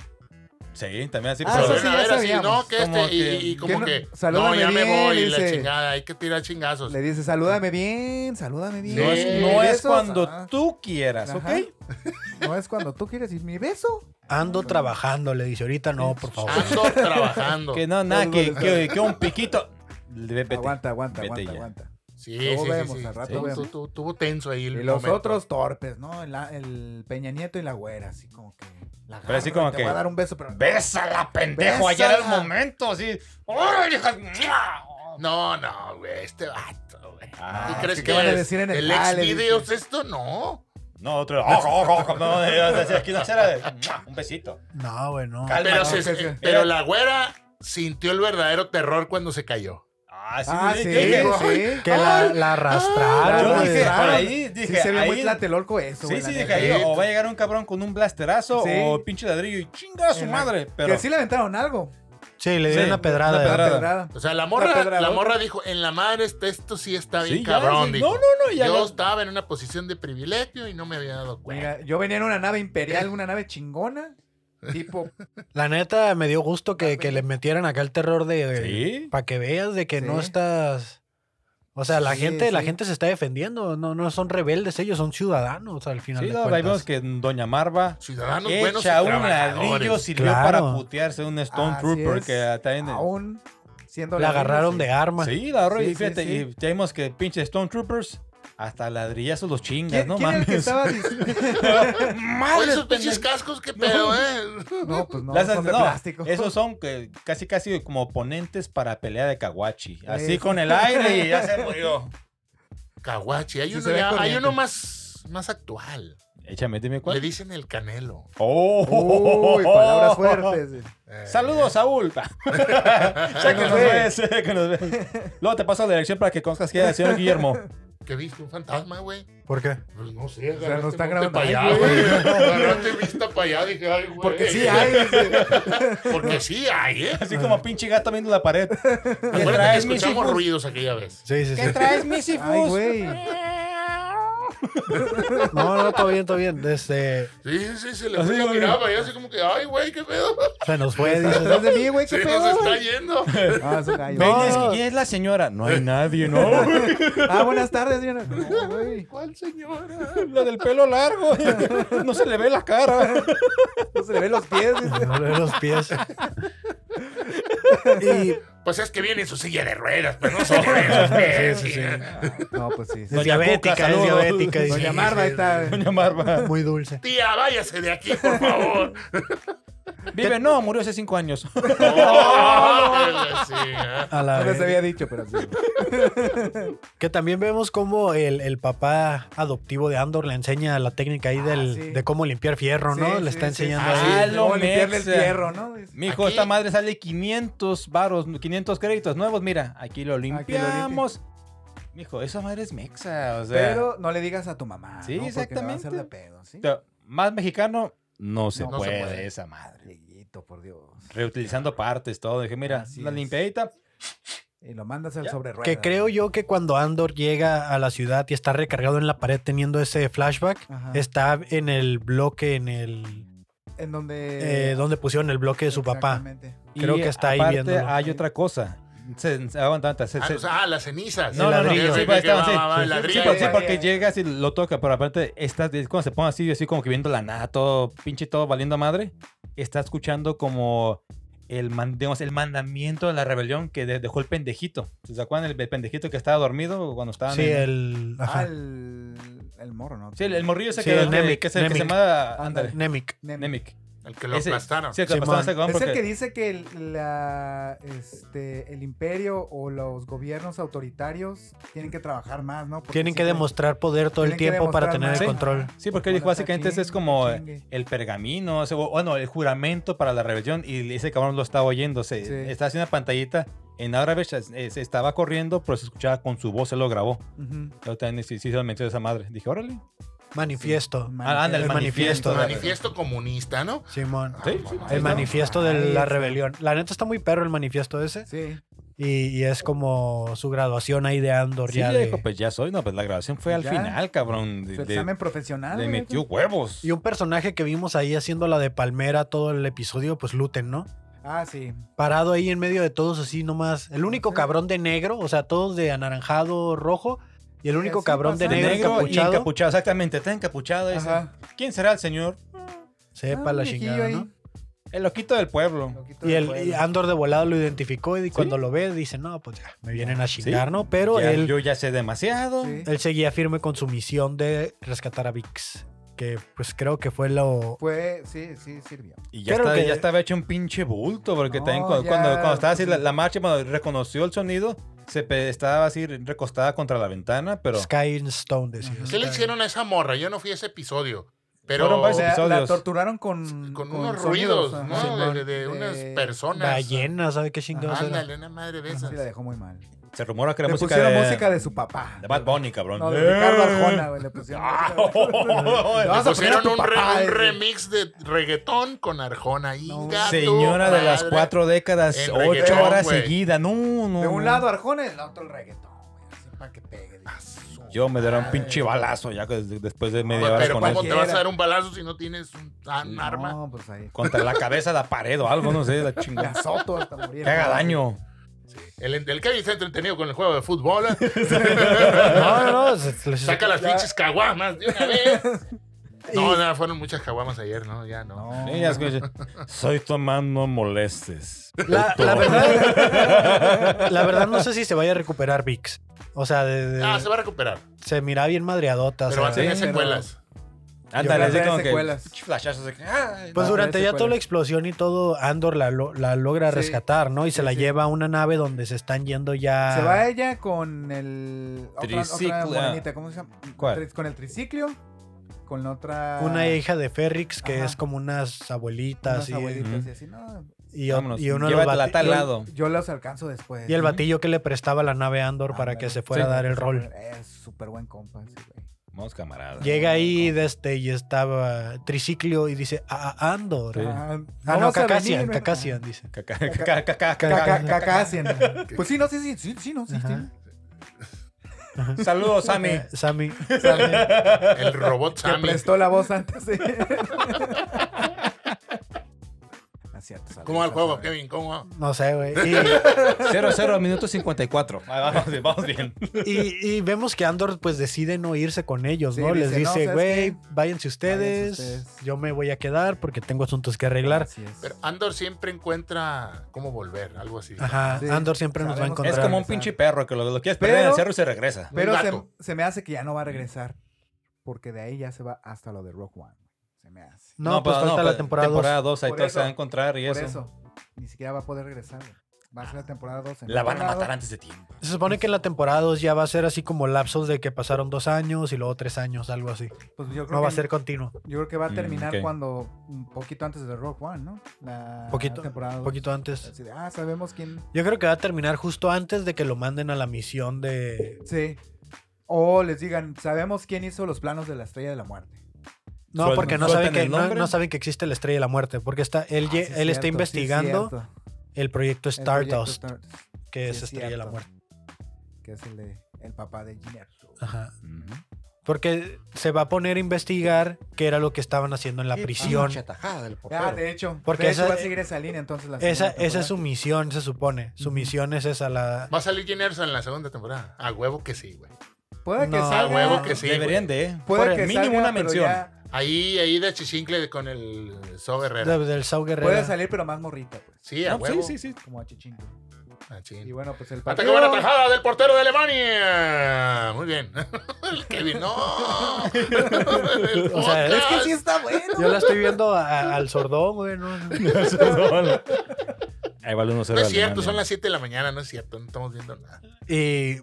Speaker 4: Sí, también así.
Speaker 3: Ah,
Speaker 2: se
Speaker 3: eso
Speaker 4: pero-
Speaker 2: volvieron
Speaker 3: sí,
Speaker 2: a
Speaker 3: ya
Speaker 2: ver así,
Speaker 3: sabíamos.
Speaker 2: no, que este,
Speaker 4: Como
Speaker 2: y,
Speaker 4: que-
Speaker 2: y como
Speaker 3: que
Speaker 2: que,
Speaker 3: no-
Speaker 2: no,
Speaker 3: salúdame
Speaker 2: ya
Speaker 3: bien,
Speaker 2: me voy, y la
Speaker 3: dice.
Speaker 2: chingada, hay que tirar chingazos.
Speaker 3: Le dice, salúdame bien, salúdame bien.
Speaker 4: no es,
Speaker 2: Sí.
Speaker 4: no es
Speaker 3: Besos,
Speaker 4: cuando
Speaker 3: ah,
Speaker 4: tú quieras,
Speaker 3: Ajá.
Speaker 4: ¿ok?
Speaker 3: No es cuando tú quieres ir mi beso.
Speaker 1: Ando trabajando, le dice, ahorita no, por favor.
Speaker 2: Ando trabajando.
Speaker 4: Que no, nada,
Speaker 3: Los
Speaker 4: que,
Speaker 3: goles,
Speaker 4: que, que un piquito. Vete.
Speaker 3: Aguanta, aguanta,
Speaker 4: Vete
Speaker 3: aguanta,
Speaker 4: ya.
Speaker 3: aguanta.
Speaker 2: Sí, sí,
Speaker 3: Luego
Speaker 2: sí,
Speaker 3: vemos,
Speaker 2: sí.
Speaker 3: al rato
Speaker 2: Tu- tu-
Speaker 3: vemos.
Speaker 2: tu- Tuvo tenso ahí el
Speaker 3: Y los
Speaker 2: momento.
Speaker 3: otros torpes, ¿no? El, el Peña Nieto y la güera, así como que. La
Speaker 4: Pero así
Speaker 3: agarra,
Speaker 4: como
Speaker 3: te
Speaker 4: que-
Speaker 3: voy a dar un beso, pero.
Speaker 4: Bésala, pendejo. Allá era el
Speaker 3: Bésala.
Speaker 4: momento, así. ¡Órale, hija! ¡Mua!
Speaker 2: No, no, güey, este vato, güey.
Speaker 4: Ah,
Speaker 2: ¿Tú crees
Speaker 3: sí,
Speaker 2: que
Speaker 3: ¿qué van a
Speaker 2: es
Speaker 3: decir en el
Speaker 2: el ex
Speaker 3: jale,
Speaker 2: videos
Speaker 3: dice?
Speaker 2: esto? No.
Speaker 4: No, otro. oh, ¡Ojo, ojo, ojo! No, eh, así, aquí no será. de- ¡Mua! Un besito.
Speaker 1: No, güey, no.
Speaker 4: Calma,
Speaker 2: Pero,
Speaker 4: no,
Speaker 2: se- eh,
Speaker 3: que- que-
Speaker 2: pero la güera sintió el verdadero terror cuando se cayó.
Speaker 4: Ah, sí,
Speaker 3: Ah,
Speaker 4: yo
Speaker 3: sí,
Speaker 4: dije,
Speaker 3: sí.
Speaker 1: Que la, la arrastraron.
Speaker 4: Yo
Speaker 3: Ah,
Speaker 1: güey.
Speaker 4: dije,
Speaker 3: claro.
Speaker 4: por ahí, dije,
Speaker 3: Sí, se ve muy
Speaker 4: ahí-
Speaker 3: tlatelolco eso,
Speaker 4: Sí,
Speaker 3: güey, la
Speaker 4: sí, dije
Speaker 3: neta.
Speaker 4: ahí, o va a llegar un cabrón con un blasterazo
Speaker 3: Sí.
Speaker 4: o pinche ladrillo y chinga a su
Speaker 3: En la-
Speaker 4: madre. Pero
Speaker 3: Que sí le aventaron algo.
Speaker 1: Sí, le dio
Speaker 4: Sí,
Speaker 1: una pedrada.
Speaker 4: una pedrada.
Speaker 3: Pedrada.
Speaker 2: O sea, la morra,
Speaker 3: pedradota.
Speaker 2: la morra dijo, en la madre este- esto sí está bien
Speaker 4: Sí, ya,
Speaker 2: cabrón.
Speaker 4: sí.
Speaker 2: dijo.
Speaker 4: No, no, no, ya
Speaker 2: Yo
Speaker 4: no.
Speaker 2: estaba en una posición de privilegio y no me había dado cuenta.
Speaker 3: Mira, yo venía en una nave imperial, una nave chingona. Tipo,
Speaker 1: La neta, me dio gusto
Speaker 3: Ah,
Speaker 1: que,
Speaker 3: pues.
Speaker 1: que le metieran acá el terror de...
Speaker 4: Sí.
Speaker 1: Para que veas de que
Speaker 3: Sí.
Speaker 1: no estás... O sea, la
Speaker 3: Sí,
Speaker 1: gente, la
Speaker 3: sí.
Speaker 1: gente se está defendiendo. No, no son rebeldes ellos, son ciudadanos al final
Speaker 4: Sí,
Speaker 1: de
Speaker 4: no, ahí
Speaker 1: cuentas.
Speaker 4: vemos que Doña Marva
Speaker 2: Ciudadanos buenos y
Speaker 4: echa un ladrillo
Speaker 2: trabajadores.
Speaker 4: sirvió
Speaker 1: Claro.
Speaker 4: para putearse un Stone
Speaker 3: Así
Speaker 4: Trooper
Speaker 3: es.
Speaker 4: que también.
Speaker 3: aún siendo
Speaker 1: La
Speaker 3: ladrillo,
Speaker 1: agarraron
Speaker 3: sí.
Speaker 1: de arma.
Speaker 4: Sí, la agarró
Speaker 3: Sí,
Speaker 4: y fíjate,
Speaker 3: sí, sí.
Speaker 4: y ya vimos que pinche Stone Troopers hasta ladrillazos los chingas,
Speaker 3: ¿Quién,
Speaker 4: no
Speaker 3: quién era el que
Speaker 4: mames.
Speaker 3: estaba dis-
Speaker 2: Oye,
Speaker 4: Madre,
Speaker 2: esos pinches cascos, qué pedo, eh.
Speaker 3: No, pues no,
Speaker 4: Las-
Speaker 3: son de
Speaker 4: no,
Speaker 3: plástico.
Speaker 4: Esos son que casi casi como oponentes para pelea de kawachi. Así
Speaker 3: Sí.
Speaker 4: con el aire y ya se murió.
Speaker 2: Caguachi, hay,
Speaker 3: Sí,
Speaker 2: uno,
Speaker 3: se ve
Speaker 2: ya- hay
Speaker 3: corriente.
Speaker 2: uno más, más actual.
Speaker 4: Échame, dime
Speaker 2: Le
Speaker 4: cuál.
Speaker 2: dicen el canelo.
Speaker 4: Oh,
Speaker 3: Uy, palabras fuertes.
Speaker 2: Eh,
Speaker 4: Saludos, Saúl. ya que nos ves, ya que nos ves. Luego te paso la dirección para que conozcas que era el señor Guillermo.
Speaker 2: ¿Qué viste? ¿Un fantasma, güey?
Speaker 1: ¿Por qué?
Speaker 2: Pues no sé,
Speaker 3: sea, no
Speaker 2: monte
Speaker 3: están grabando
Speaker 2: pa' allá,
Speaker 3: ahí,
Speaker 2: güey. Agarraste vista para allá, dije, ay, güey.
Speaker 3: Porque sí hay. dice.
Speaker 2: Porque sí hay, ¿eh?
Speaker 4: Así como pinche gato viendo la pared. ¿Qué
Speaker 2: Acuérdate que
Speaker 4: traes, mis
Speaker 2: escuchamos
Speaker 4: hijos?
Speaker 2: ruidos aquella vez.
Speaker 1: Sí, sí, sí.
Speaker 4: ¿Qué traes, mis hijos?
Speaker 3: Ay, güey.
Speaker 1: No, no, todo bien, todo bien. Este,
Speaker 2: Sí, sí, sí, se le
Speaker 4: Así,
Speaker 2: fue la
Speaker 4: güey.
Speaker 2: mirada para allá, así como que, ay, güey, qué pedo.
Speaker 1: se nos fue, dices,
Speaker 3: Atrás de mí, güey,
Speaker 2: Sí,
Speaker 3: qué
Speaker 2: nos
Speaker 3: pedo.
Speaker 2: está yendo.
Speaker 3: Ah, es un gallo.
Speaker 4: Ven,
Speaker 1: No.
Speaker 4: es que ¿quién es la señora? No hay nadie, ¿no?
Speaker 3: Ah, buenas tardes, señora. No, güey.
Speaker 2: ¿Cuál señora?
Speaker 4: La del pelo largo. No se le ve la cara.
Speaker 3: No se le ven los pies. dice.
Speaker 1: No le ve los pies. Y
Speaker 2: Pues es que viene en su silla de ruedas, pero no se le ven sus pies.
Speaker 1: Sí, sí, sí.
Speaker 3: No, pues sí. sí.
Speaker 1: es
Speaker 4: Doña
Speaker 1: diabética,
Speaker 4: Cuca,
Speaker 1: es
Speaker 4: saludos.
Speaker 1: diabética. dice.
Speaker 3: Doña Marva, ahí está.
Speaker 4: Doña Marva.
Speaker 1: Muy dulce.
Speaker 2: Tía, váyase de aquí, por favor.
Speaker 4: Vive, no, murió hace cinco años.
Speaker 2: Oh, sí, ¿eh?
Speaker 1: A la
Speaker 3: No les
Speaker 1: vez.
Speaker 3: había dicho, pero sí.
Speaker 1: Que también vemos cómo el, el papá adoptivo de Andor le enseña la técnica ahí
Speaker 3: Ah,
Speaker 1: del,
Speaker 3: sí.
Speaker 1: de cómo limpiar fierro, ¿no?
Speaker 3: Sí,
Speaker 1: le
Speaker 3: sí,
Speaker 1: está
Speaker 3: sí.
Speaker 1: enseñando
Speaker 2: Ah,
Speaker 1: ahí.
Speaker 4: ahí.
Speaker 3: sí,
Speaker 4: lo
Speaker 3: cómo limpiarle el
Speaker 4: mexa.
Speaker 3: fierro, ¿no? Dice.
Speaker 4: Mijo,
Speaker 2: Aquí-
Speaker 4: esta madre sale 500 varos, 500 créditos nuevos. Mira, aquí lo
Speaker 3: limpia.
Speaker 4: limpiamos. Mijo, esa madre es mexa. O sea,
Speaker 3: Pero no le digas a tu mamá.
Speaker 4: Sí,
Speaker 3: ¿no? Porque me va a hacer
Speaker 4: exactamente.
Speaker 3: de pedo, ¿sí?
Speaker 4: te- más mexicano no se,
Speaker 3: No,
Speaker 2: no se
Speaker 4: puede,
Speaker 2: puede.
Speaker 4: esa madre.
Speaker 3: Liguito, por Dios.
Speaker 4: Reutilizando partes, todo. Dije, mira,
Speaker 3: Así
Speaker 4: la
Speaker 3: es.
Speaker 4: limpiadita.
Speaker 3: Y lo mandas al
Speaker 4: Ya.
Speaker 3: sobre ruedas.
Speaker 1: Que creo yo que cuando Andor llega a la ciudad y está recargado en la pared teniendo ese flashback,
Speaker 3: Ajá.
Speaker 1: está en el bloque, en el.
Speaker 3: En donde.
Speaker 1: eh, donde pusieron el bloque de su papá.
Speaker 3: Exactamente.
Speaker 1: Creo
Speaker 4: Y
Speaker 1: que está ahí
Speaker 4: aparte, ah,
Speaker 1: viéndolo.
Speaker 4: Hay otra cosa. Se, se- aguanta, aguanta, se-
Speaker 2: Ah,
Speaker 4: se-
Speaker 2: pues, ah, las cenizas.
Speaker 4: No,
Speaker 1: El
Speaker 4: no, no,
Speaker 1: ladrillo.
Speaker 4: sí,
Speaker 2: Sí,
Speaker 4: pues,
Speaker 2: que
Speaker 4: estaban
Speaker 2: va,
Speaker 4: así.
Speaker 2: va, va, el
Speaker 4: Sí, pues,
Speaker 2: ladrillo.
Speaker 4: sí, por- sí,
Speaker 3: Ahí, ahí,
Speaker 4: porque
Speaker 3: ahí.
Speaker 4: llegas y lo toca, pero aparte, estás, es cuando se pone así, así como que viendo la nada, todo pinche todo valiendo madre, está escuchando como el, man- digamos, el mandamiento de la rebelión que de- dejó el pendejito. ¿Se acuerdan el, el pendejito que estaba dormido cuando estaban
Speaker 1: Sí,
Speaker 4: en-
Speaker 1: el.
Speaker 3: Ah,
Speaker 1: Ajá.
Speaker 3: el, el morro, ¿no?
Speaker 4: Sí, el, el morrillo ese
Speaker 1: Sí,
Speaker 4: que,
Speaker 1: el
Speaker 4: que-
Speaker 1: Nemic,
Speaker 4: que es el que se
Speaker 1: Nemic.
Speaker 4: manda
Speaker 3: Ándale.
Speaker 4: ándale,
Speaker 1: Nemic.
Speaker 3: Nemi.
Speaker 4: Nemic.
Speaker 2: El El que lo
Speaker 4: Ese-
Speaker 2: aplastaron.
Speaker 4: Sí, el que
Speaker 1: Simón.
Speaker 4: aplastaron a ese cabrón
Speaker 3: Es el que
Speaker 4: porque-
Speaker 3: dice que el, la, este, el imperio o los gobiernos autoritarios tienen que trabajar más, ¿no? Porque
Speaker 1: Tienen que
Speaker 3: siempre-
Speaker 1: demostrar poder todo el
Speaker 3: tienen que
Speaker 1: tiempo para tener
Speaker 3: demostrar más.
Speaker 1: el control.
Speaker 4: Sí, porque
Speaker 3: Bueno,
Speaker 4: dijo básicamente
Speaker 3: está
Speaker 4: ese es como eh,
Speaker 3: chingue.
Speaker 4: el pergamino, o sea, bueno, el juramento para la rebelión y ese cabrón lo estaba oyendo, se
Speaker 3: Sí.
Speaker 4: estaba haciendo una pantallita en árabe, se, eh, se estaba corriendo, pero se escuchaba con su voz, se lo grabó.
Speaker 3: Ujú.
Speaker 4: Yo también sí, sí se lo mencioné a esa madre. Dije, órale.
Speaker 1: Manifiesto.
Speaker 3: Sí.
Speaker 4: Ah, anda, el
Speaker 1: El
Speaker 4: manifiesto.
Speaker 1: manifiesto.
Speaker 2: Manifiesto comunista, ¿no?
Speaker 1: Simón.
Speaker 4: Sí, sí,
Speaker 2: Ah,
Speaker 4: sí,
Speaker 1: El
Speaker 4: ¿no?
Speaker 1: manifiesto
Speaker 3: Ahí
Speaker 1: de la
Speaker 3: está.
Speaker 1: rebelión. La neta está muy perro el manifiesto ese.
Speaker 3: Sí.
Speaker 1: Y, y es como su graduación ahí de Andor.
Speaker 4: Sí,
Speaker 1: ya
Speaker 4: ya
Speaker 1: de-
Speaker 4: dijo, pues ya soy. No, pues la grabación fue al
Speaker 3: Ya.
Speaker 4: final, cabrón. De-
Speaker 3: Su
Speaker 4: de-
Speaker 3: examen profesional.
Speaker 4: le
Speaker 3: güey.
Speaker 4: metió huevos.
Speaker 1: Y un personaje que vimos ahí haciendo la de palmera todo el episodio, pues Luten, ¿no?
Speaker 3: Ah, sí.
Speaker 1: Parado ahí en medio de todos así nomás. El único
Speaker 3: Sí.
Speaker 1: cabrón de negro, o sea, todos de anaranjado, rojo. Y el
Speaker 3: Sí,
Speaker 1: único
Speaker 3: así
Speaker 1: cabrón de
Speaker 4: De
Speaker 3: pasando.
Speaker 1: negro,
Speaker 4: negro y
Speaker 1: encapuchado.
Speaker 4: encapuchado, exactamente. Está encapuchado. dice,
Speaker 3: Ajá.
Speaker 4: ¿Quién será el señor?
Speaker 1: Sepa
Speaker 3: Ah,
Speaker 1: la
Speaker 3: un viejillo
Speaker 1: chingada,
Speaker 3: ahí.
Speaker 1: ¿no?
Speaker 4: El loquito del pueblo.
Speaker 3: Loquito
Speaker 1: Y,
Speaker 3: del
Speaker 1: el,
Speaker 3: pueblo.
Speaker 1: y Andor de volado lo identificó y cuando lo ve dice, no, pues ya, me vienen a chingar, ¿no? Pero
Speaker 4: Ya,
Speaker 1: él,
Speaker 4: Yo ya sé demasiado.
Speaker 3: Sí.
Speaker 1: él seguía firme con su misión de rescatar a Vix, que pues creo que fue lo...
Speaker 3: Fue, sí, sí, sirvió.
Speaker 4: Y ya,
Speaker 1: Creo
Speaker 4: está-
Speaker 1: que-
Speaker 4: ya estaba hecho un pinche bulto, porque
Speaker 3: No,
Speaker 4: también cuando,
Speaker 3: ya, pues
Speaker 4: cuando, cuando estaba así
Speaker 3: sí.
Speaker 4: la, la marcha, cuando reconoció el sonido, se pe- estaba así recostada contra la
Speaker 3: Pues
Speaker 4: ventana, pero...
Speaker 1: Sky and Stone decía.
Speaker 2: ¿Qué le hicieron a esa morra? Yo no fui a ese episodio. Pero
Speaker 4: Fueron
Speaker 3: O
Speaker 4: varios
Speaker 3: sea, la
Speaker 4: episodios.
Speaker 3: torturaron eh, con,
Speaker 2: con unos
Speaker 3: sonidos, eh,
Speaker 2: ruidos,
Speaker 3: ajá.
Speaker 2: ¿no?
Speaker 1: Simón.
Speaker 2: de, de- de unas
Speaker 3: De-
Speaker 2: personas.
Speaker 1: Ballena, ¿sabe qué chingados era?
Speaker 2: Ándale, una madre de
Speaker 3: Sí,
Speaker 2: esas.
Speaker 3: la dejó muy mal.
Speaker 4: Se rumora que
Speaker 3: Le
Speaker 4: era música
Speaker 3: pusieron
Speaker 4: de,
Speaker 3: música de su papá.
Speaker 4: de Bad Bunny, cabrón.
Speaker 3: No, de
Speaker 4: ¡Eh!
Speaker 3: Ricardo Arjona, güey. Le pusieron.
Speaker 4: Ah,
Speaker 3: Le
Speaker 2: Le
Speaker 3: vas a poner a
Speaker 2: pusieron
Speaker 3: tu
Speaker 2: un, re-
Speaker 3: papá,
Speaker 4: eh,
Speaker 2: un
Speaker 3: dice.
Speaker 2: remix de reggaetón con Arjona. Inga tu
Speaker 4: Señora de las
Speaker 2: madre.
Speaker 4: cuatro décadas,
Speaker 2: El
Speaker 4: ocho
Speaker 2: reggaetón,
Speaker 4: horas
Speaker 2: güey.
Speaker 4: seguidas. No, no.
Speaker 3: De un
Speaker 4: no.
Speaker 3: lado Arjona y del otro el reggaetón, güey. Así para que pegue.
Speaker 2: Ah,
Speaker 3: dice.
Speaker 4: Yo me daré un
Speaker 3: Madre.
Speaker 4: pinche balazo ya que des- después de media
Speaker 2: Pero,
Speaker 4: hora con
Speaker 2: ¿cómo
Speaker 4: él.
Speaker 2: te vas a dar un balazo si no tienes un, un arma?
Speaker 3: No, pues ahí.
Speaker 4: Contra la cabeza de la pared o algo, no sé, la
Speaker 3: Le
Speaker 4: chingada.
Speaker 3: azoto hasta morir.
Speaker 4: Que haga daño.
Speaker 2: El, el Kevin está entretenido con el juego de fútbol. ¿eh?
Speaker 1: No, no, no. se- se-
Speaker 2: Saca las
Speaker 3: Ya.
Speaker 2: pinches caguamas de una vez. No, no, fueron muchas caguamas ayer, ¿no? Ya no.
Speaker 3: No.
Speaker 4: Sí, ya escuché. Soy tomando molestes.
Speaker 1: La, la verdad, la verdad no sé si se vaya a recuperar Vix. O sea, de- de-
Speaker 2: Ah, se
Speaker 1: se,
Speaker 2: va a recuperar.
Speaker 1: mira bien madreadota. o
Speaker 2: Pero va a
Speaker 1: sea,
Speaker 2: tener
Speaker 4: sí,
Speaker 3: pero-
Speaker 2: secuelas.
Speaker 4: Ándale,
Speaker 3: Yo creo
Speaker 4: así
Speaker 3: que
Speaker 4: como
Speaker 3: hay
Speaker 4: que.
Speaker 3: secuelas.
Speaker 4: pinche Flashazos de que. "Ah, ay,
Speaker 1: Pues
Speaker 3: No,
Speaker 1: durante
Speaker 3: parece
Speaker 1: ya
Speaker 3: cuál
Speaker 1: toda la
Speaker 3: es.
Speaker 1: explosión y todo, Andor la, lo- la logra
Speaker 3: Sí.
Speaker 1: rescatar, ¿no? Y se
Speaker 3: Sí,
Speaker 1: la
Speaker 3: sí.
Speaker 1: lleva a una nave donde se están yendo ya.
Speaker 3: Se va ella con el. otra-
Speaker 4: Tricicla.
Speaker 3: Otra, morenita, ¿Cómo se llama?
Speaker 4: ¿Cuál?
Speaker 3: Tri- Con el triciclo. Con la otra.
Speaker 1: Una hija de Ferrix que
Speaker 3: Ajá.
Speaker 1: es como unas abuelitas,
Speaker 3: unas
Speaker 1: y,
Speaker 3: abuelitas
Speaker 4: Ujú. Oh.
Speaker 3: y así, no.
Speaker 1: y, o-
Speaker 4: Vámonos,
Speaker 1: y uno de los
Speaker 4: llévatela a
Speaker 1: bati-
Speaker 4: tal
Speaker 1: y-
Speaker 4: lado.
Speaker 3: Yo los alcanzo después.
Speaker 1: y el batillo que le prestaba la nave a Andor para que se fuera
Speaker 4: Sí.
Speaker 1: a dar el rol.
Speaker 3: Es súper buen compa, sí, güey.
Speaker 4: Vamos, camarada.
Speaker 1: Llega ahí de este y estaba Triciclio y dice, "A- a- Andor.
Speaker 4: Sí.
Speaker 1: Ah,
Speaker 3: Ah,
Speaker 1: no,
Speaker 3: vamos a
Speaker 1: Cacasian,
Speaker 3: venir,
Speaker 1: Cacasian, dice.
Speaker 4: Caca- caca- caca-
Speaker 3: Ca- ca-
Speaker 4: caca-
Speaker 3: Cacasian. Pues sí, no, sí, sí, sí, sí, no, sí,
Speaker 1: Ajá.
Speaker 3: sí.
Speaker 4: Saludos, Sammy.
Speaker 1: Eh, Sammy.
Speaker 2: El robot
Speaker 3: Que
Speaker 2: Sammy.
Speaker 3: prestó la voz antes. sí. Ah, cierto, saludos,
Speaker 2: ¿Cómo va el juego,
Speaker 3: saludos.
Speaker 2: Kevin? ¿Cómo va?
Speaker 1: No sé, güey. Y-
Speaker 4: 00 minuto 54. Ah, Vamos, bien, vamos bien.
Speaker 1: Y, y vemos que Andor pues decide no irse con ellos,
Speaker 3: Sí,
Speaker 1: ¿no? Les
Speaker 3: dice, "No,
Speaker 1: dice,
Speaker 3: ¿sabes
Speaker 1: güey,
Speaker 3: qué?
Speaker 1: váyanse ustedes,
Speaker 3: ustedes".
Speaker 1: yo me voy a quedar porque tengo asuntos que arreglar.
Speaker 3: Así es.
Speaker 2: Pero Andor siempre encuentra cómo volver, algo así.
Speaker 1: Ajá,
Speaker 3: Sí.
Speaker 1: Andor siempre nos va a
Speaker 3: Sabemos que
Speaker 1: encontrar.
Speaker 4: Es como un pinche perro que lo, lo quieres perder en el
Speaker 3: Pero-
Speaker 4: cerro y se regresa.
Speaker 3: Pero
Speaker 2: Un
Speaker 3: se,
Speaker 2: gato.
Speaker 3: se me hace que ya no va a regresar. Porque de ahí ya se va hasta lo de Rock One. Se me hace.
Speaker 1: No, pues
Speaker 4: pero-
Speaker 1: falta
Speaker 4: pero
Speaker 1: la temporada 2.
Speaker 4: Temporada 2, ahí
Speaker 3: Por
Speaker 4: todo se
Speaker 3: eso.
Speaker 4: va a encontrar y
Speaker 3: Por
Speaker 4: eso.
Speaker 3: eso. Ni siquiera va a poder regresar. güey. Va a ser la temporada 12.
Speaker 4: La van a matar antes de tiempo.
Speaker 1: Se supone que en la temporada 2 ya va a ser así como lapsos de que pasaron dos años y luego tres años, algo así.
Speaker 3: Pues yo creo
Speaker 1: No va a
Speaker 3: que-
Speaker 1: ser continuo,
Speaker 3: Yo creo que va a
Speaker 4: Mm,
Speaker 3: terminar
Speaker 4: ok.
Speaker 3: cuando. Un poquito antes de Rock One, ¿no? La
Speaker 1: Poquito,
Speaker 3: temporada
Speaker 1: un
Speaker 3: dos.
Speaker 1: poquito antes.
Speaker 3: Así de, ah, sabemos quién.
Speaker 1: Yo creo que va a terminar justo antes de que lo manden a la misión de...
Speaker 3: Sí. O les digan, sabemos quién hizo los planos de la estrella de la muerte.
Speaker 1: No,
Speaker 4: Sueltan-
Speaker 1: porque no
Speaker 4: sueltan
Speaker 1: saben, que,
Speaker 4: el
Speaker 1: no,
Speaker 4: nombre.
Speaker 1: no saben que existe la Estrella de la Muerte, porque está, él,
Speaker 3: Ah,
Speaker 1: ye-
Speaker 3: sí
Speaker 1: él
Speaker 3: es
Speaker 1: está
Speaker 3: cierto, sí es
Speaker 1: investigando el
Speaker 3: cierto.
Speaker 1: proyecto
Speaker 3: El proyecto
Speaker 1: Stardust,
Speaker 3: Stardust.
Speaker 1: que
Speaker 3: Sí,
Speaker 1: es Estrella de la
Speaker 3: cierto.
Speaker 1: Muerte.
Speaker 3: Que es el de el papá de Jimmy Arthur.
Speaker 1: Ajá.
Speaker 4: Ujú.
Speaker 1: Porque se va a poner a investigar qué era lo que estaban haciendo en la
Speaker 3: pues,
Speaker 1: prisión.
Speaker 3: Ah, de hecho.
Speaker 1: Porque
Speaker 3: de hecho
Speaker 1: esa-
Speaker 3: va a seguir esa línea entonces la
Speaker 1: Esa,
Speaker 3: segunda
Speaker 1: esa es su
Speaker 3: temporada.
Speaker 1: misión, se supone. Su
Speaker 3: Ujú.
Speaker 1: misión es esa, la...
Speaker 2: Va a salir Jin Erso en la segunda temporada. A huevo que sí, güey.
Speaker 3: Puede que
Speaker 1: No.
Speaker 2: A
Speaker 3: salga.
Speaker 2: huevo que sí. güey.
Speaker 4: Deberían de. ¿eh?
Speaker 3: Puede
Speaker 4: Por
Speaker 3: que
Speaker 4: mínimo
Speaker 3: salga,
Speaker 4: una
Speaker 3: pero
Speaker 4: mención.
Speaker 3: ya
Speaker 2: Ahí, ahí de Chichincle con el So Herrera.
Speaker 1: de- del Sao Guerrero.
Speaker 3: Puede salir, pero más morrita, pues.
Speaker 2: Sí, a
Speaker 4: No,
Speaker 2: huevo.
Speaker 4: sí, sí, sí.
Speaker 3: Como a Chichingo.
Speaker 2: Machín.
Speaker 3: Y bueno, pues el
Speaker 2: Ataque
Speaker 3: partido...
Speaker 2: buena tajada del portero de Alemania. Muy bien. El Kevin, no. El
Speaker 1: O sea,
Speaker 3: Es que
Speaker 2: podcast.
Speaker 3: sí está bueno.
Speaker 1: Yo la estoy viendo a- al sordón, güey. No, no.
Speaker 4: Ahí vale 1-0.
Speaker 2: No
Speaker 4: de
Speaker 2: es cierto,
Speaker 4: Alemania.
Speaker 2: son las 7 de la mañana, no es cierto, no estamos viendo nada.
Speaker 1: Y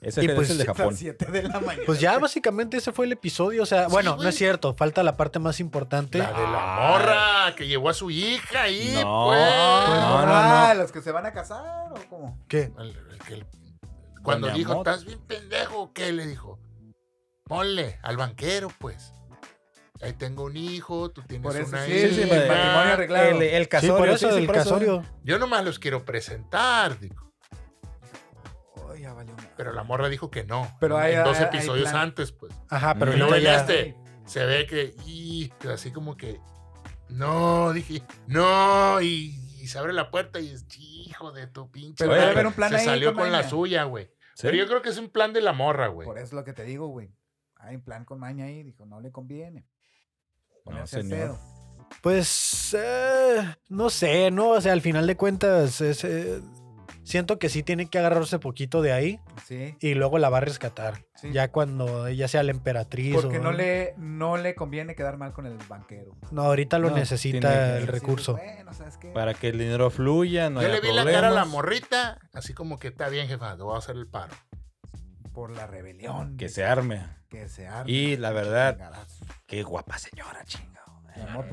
Speaker 4: Ese
Speaker 1: Y
Speaker 4: es, el-
Speaker 1: pues,
Speaker 4: es el de
Speaker 3: Son
Speaker 4: Japón.
Speaker 3: 7 de la mañana.
Speaker 1: pues ya básicamente ese fue el episodio. O sea,
Speaker 2: Sí,
Speaker 1: bueno,
Speaker 2: güey.
Speaker 1: no es cierto. Falta la parte más importante.
Speaker 2: La de la
Speaker 4: Ah.
Speaker 2: morra que llevó a su hija ahí,
Speaker 4: No.
Speaker 2: pues.
Speaker 4: No, no,
Speaker 3: Ah,
Speaker 4: no.
Speaker 3: los que se van a casar o cómo.
Speaker 1: ¿Qué?
Speaker 2: El- el que- el- cuando
Speaker 4: Pues Doña
Speaker 2: dijo,
Speaker 4: Mota.
Speaker 2: estás bien pendejo, ¿qué le dijo? Ponle al banquero, pues. Ahí tengo un hijo, tú tienes
Speaker 3: Por eso
Speaker 2: una
Speaker 3: sí,
Speaker 2: hija.
Speaker 4: Sí, sí,
Speaker 3: el matrimonio arreglado.
Speaker 4: El, el
Speaker 1: Sí,
Speaker 4: casorio.
Speaker 1: por eso
Speaker 4: sí, sí,
Speaker 1: del
Speaker 4: por eso.
Speaker 1: casorio.
Speaker 2: Yo nomás los quiero presentar, dijo.
Speaker 3: Ay, ya valió madre.
Speaker 2: Pero la morra dijo que no.
Speaker 3: Pero hay-
Speaker 2: en dos
Speaker 3: hay- hay
Speaker 2: episodios
Speaker 3: plan.
Speaker 2: antes, pues.
Speaker 1: Ajá, pero
Speaker 4: Mm.
Speaker 2: Y luego
Speaker 1: ahorita
Speaker 2: ya
Speaker 1: ya-
Speaker 2: este se ve que, y, que así como que, no, dije, no, y, y se abre la puerta y es hijo de tu pinche.
Speaker 3: Pero
Speaker 4: debe
Speaker 2: madre".
Speaker 3: haber un plan
Speaker 2: se
Speaker 3: ahí,
Speaker 2: salió con la
Speaker 3: compañía.
Speaker 2: suya, güey.
Speaker 4: Sí.
Speaker 2: Pero yo creo que es un plan de la morra, güey.
Speaker 3: Por eso lo que te digo, güey. Hay un plan con maña ahí, dijo, no le conviene.
Speaker 4: No,
Speaker 3: Ponerse al
Speaker 4: señor.
Speaker 3: pedo.
Speaker 1: Pues eh, no sé, no, o sea, al final de cuentas es, eh, siento que sí tiene que agarrarse poquito de ahí
Speaker 3: Sí.
Speaker 1: y luego la va a rescatar.
Speaker 3: sí.
Speaker 1: Ya cuando ella sea la emperatriz
Speaker 3: Porque
Speaker 1: o-
Speaker 3: no le, no le conviene quedar mal con el banquero.
Speaker 1: No, ahorita lo
Speaker 4: No, tiene
Speaker 1: necesita
Speaker 4: que-
Speaker 1: el
Speaker 3: Sí,
Speaker 1: recurso.
Speaker 3: Bueno, ¿sabes qué?
Speaker 4: Para que el dinero fluya, no
Speaker 2: yo
Speaker 4: haya
Speaker 2: le vi la cara a la
Speaker 4: problemas.
Speaker 2: morrita, así como que está bien, jefa, te voy a hacer el paro.
Speaker 3: Por la rebelión.
Speaker 4: Que se arme.
Speaker 3: Que se arme.
Speaker 4: Y la verdad,
Speaker 3: Chingadazo.
Speaker 4: qué guapa señora, chingado.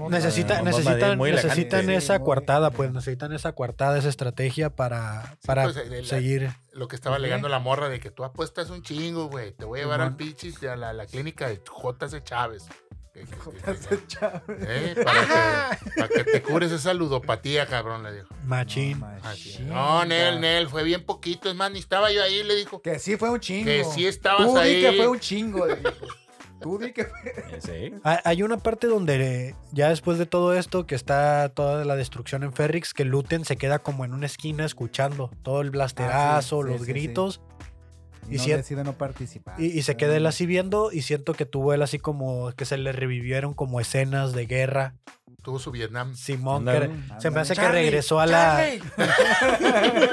Speaker 1: Necesita,
Speaker 4: No, no, no,
Speaker 1: necesitan,
Speaker 4: muy elegante.
Speaker 1: necesitan
Speaker 3: Sí,
Speaker 1: esa
Speaker 3: muy
Speaker 1: coartada,
Speaker 3: elegante.
Speaker 1: pues necesitan esa coartada, esa estrategia para, para
Speaker 2: pues, el- el-
Speaker 1: seguir.
Speaker 2: Lo que estaba
Speaker 3: Ok.
Speaker 2: alegando la morra de que tú apuestas un chingo, güey. Te voy a llevar
Speaker 3: Simón.
Speaker 2: al pichis a la, la clínica de J.C. Chávez. Que- que- que-
Speaker 3: Ese Chávez.
Speaker 2: ¿eh? para, que, para que te cures esa ludopatía, cabrón, le dijo.
Speaker 1: Machín.
Speaker 3: No,
Speaker 2: Así.
Speaker 3: machín.
Speaker 2: No, Nel, Nel, fue bien poquito. Es más, ni estaba yo ahí, le dijo.
Speaker 3: Que sí fue un chingo.
Speaker 2: Que sí estabas
Speaker 3: Tú
Speaker 2: ahí.
Speaker 3: di que fue un chingo. le dijo. Tú di que fue.
Speaker 4: Eh, Sí.
Speaker 1: Ha- Hay una parte donde eh, ya después de todo esto, que está toda la destrucción en Ferrix, que Luten se queda como en una esquina escuchando todo el blasterazo,
Speaker 3: Ah, sí, sí,
Speaker 1: los
Speaker 3: sí, sí.
Speaker 1: gritos,
Speaker 3: Y
Speaker 1: Y
Speaker 3: no
Speaker 1: si-
Speaker 3: decide no participar.
Speaker 1: y, y se queda él así viendo y siento que tuvo él así como que se le revivieron como escenas de guerra.
Speaker 2: Tuvo su Vietnam.
Speaker 1: Simón,
Speaker 4: Ándale.
Speaker 1: que- se me hace que
Speaker 3: Charlie,
Speaker 1: regresó a la...
Speaker 3: Charlie,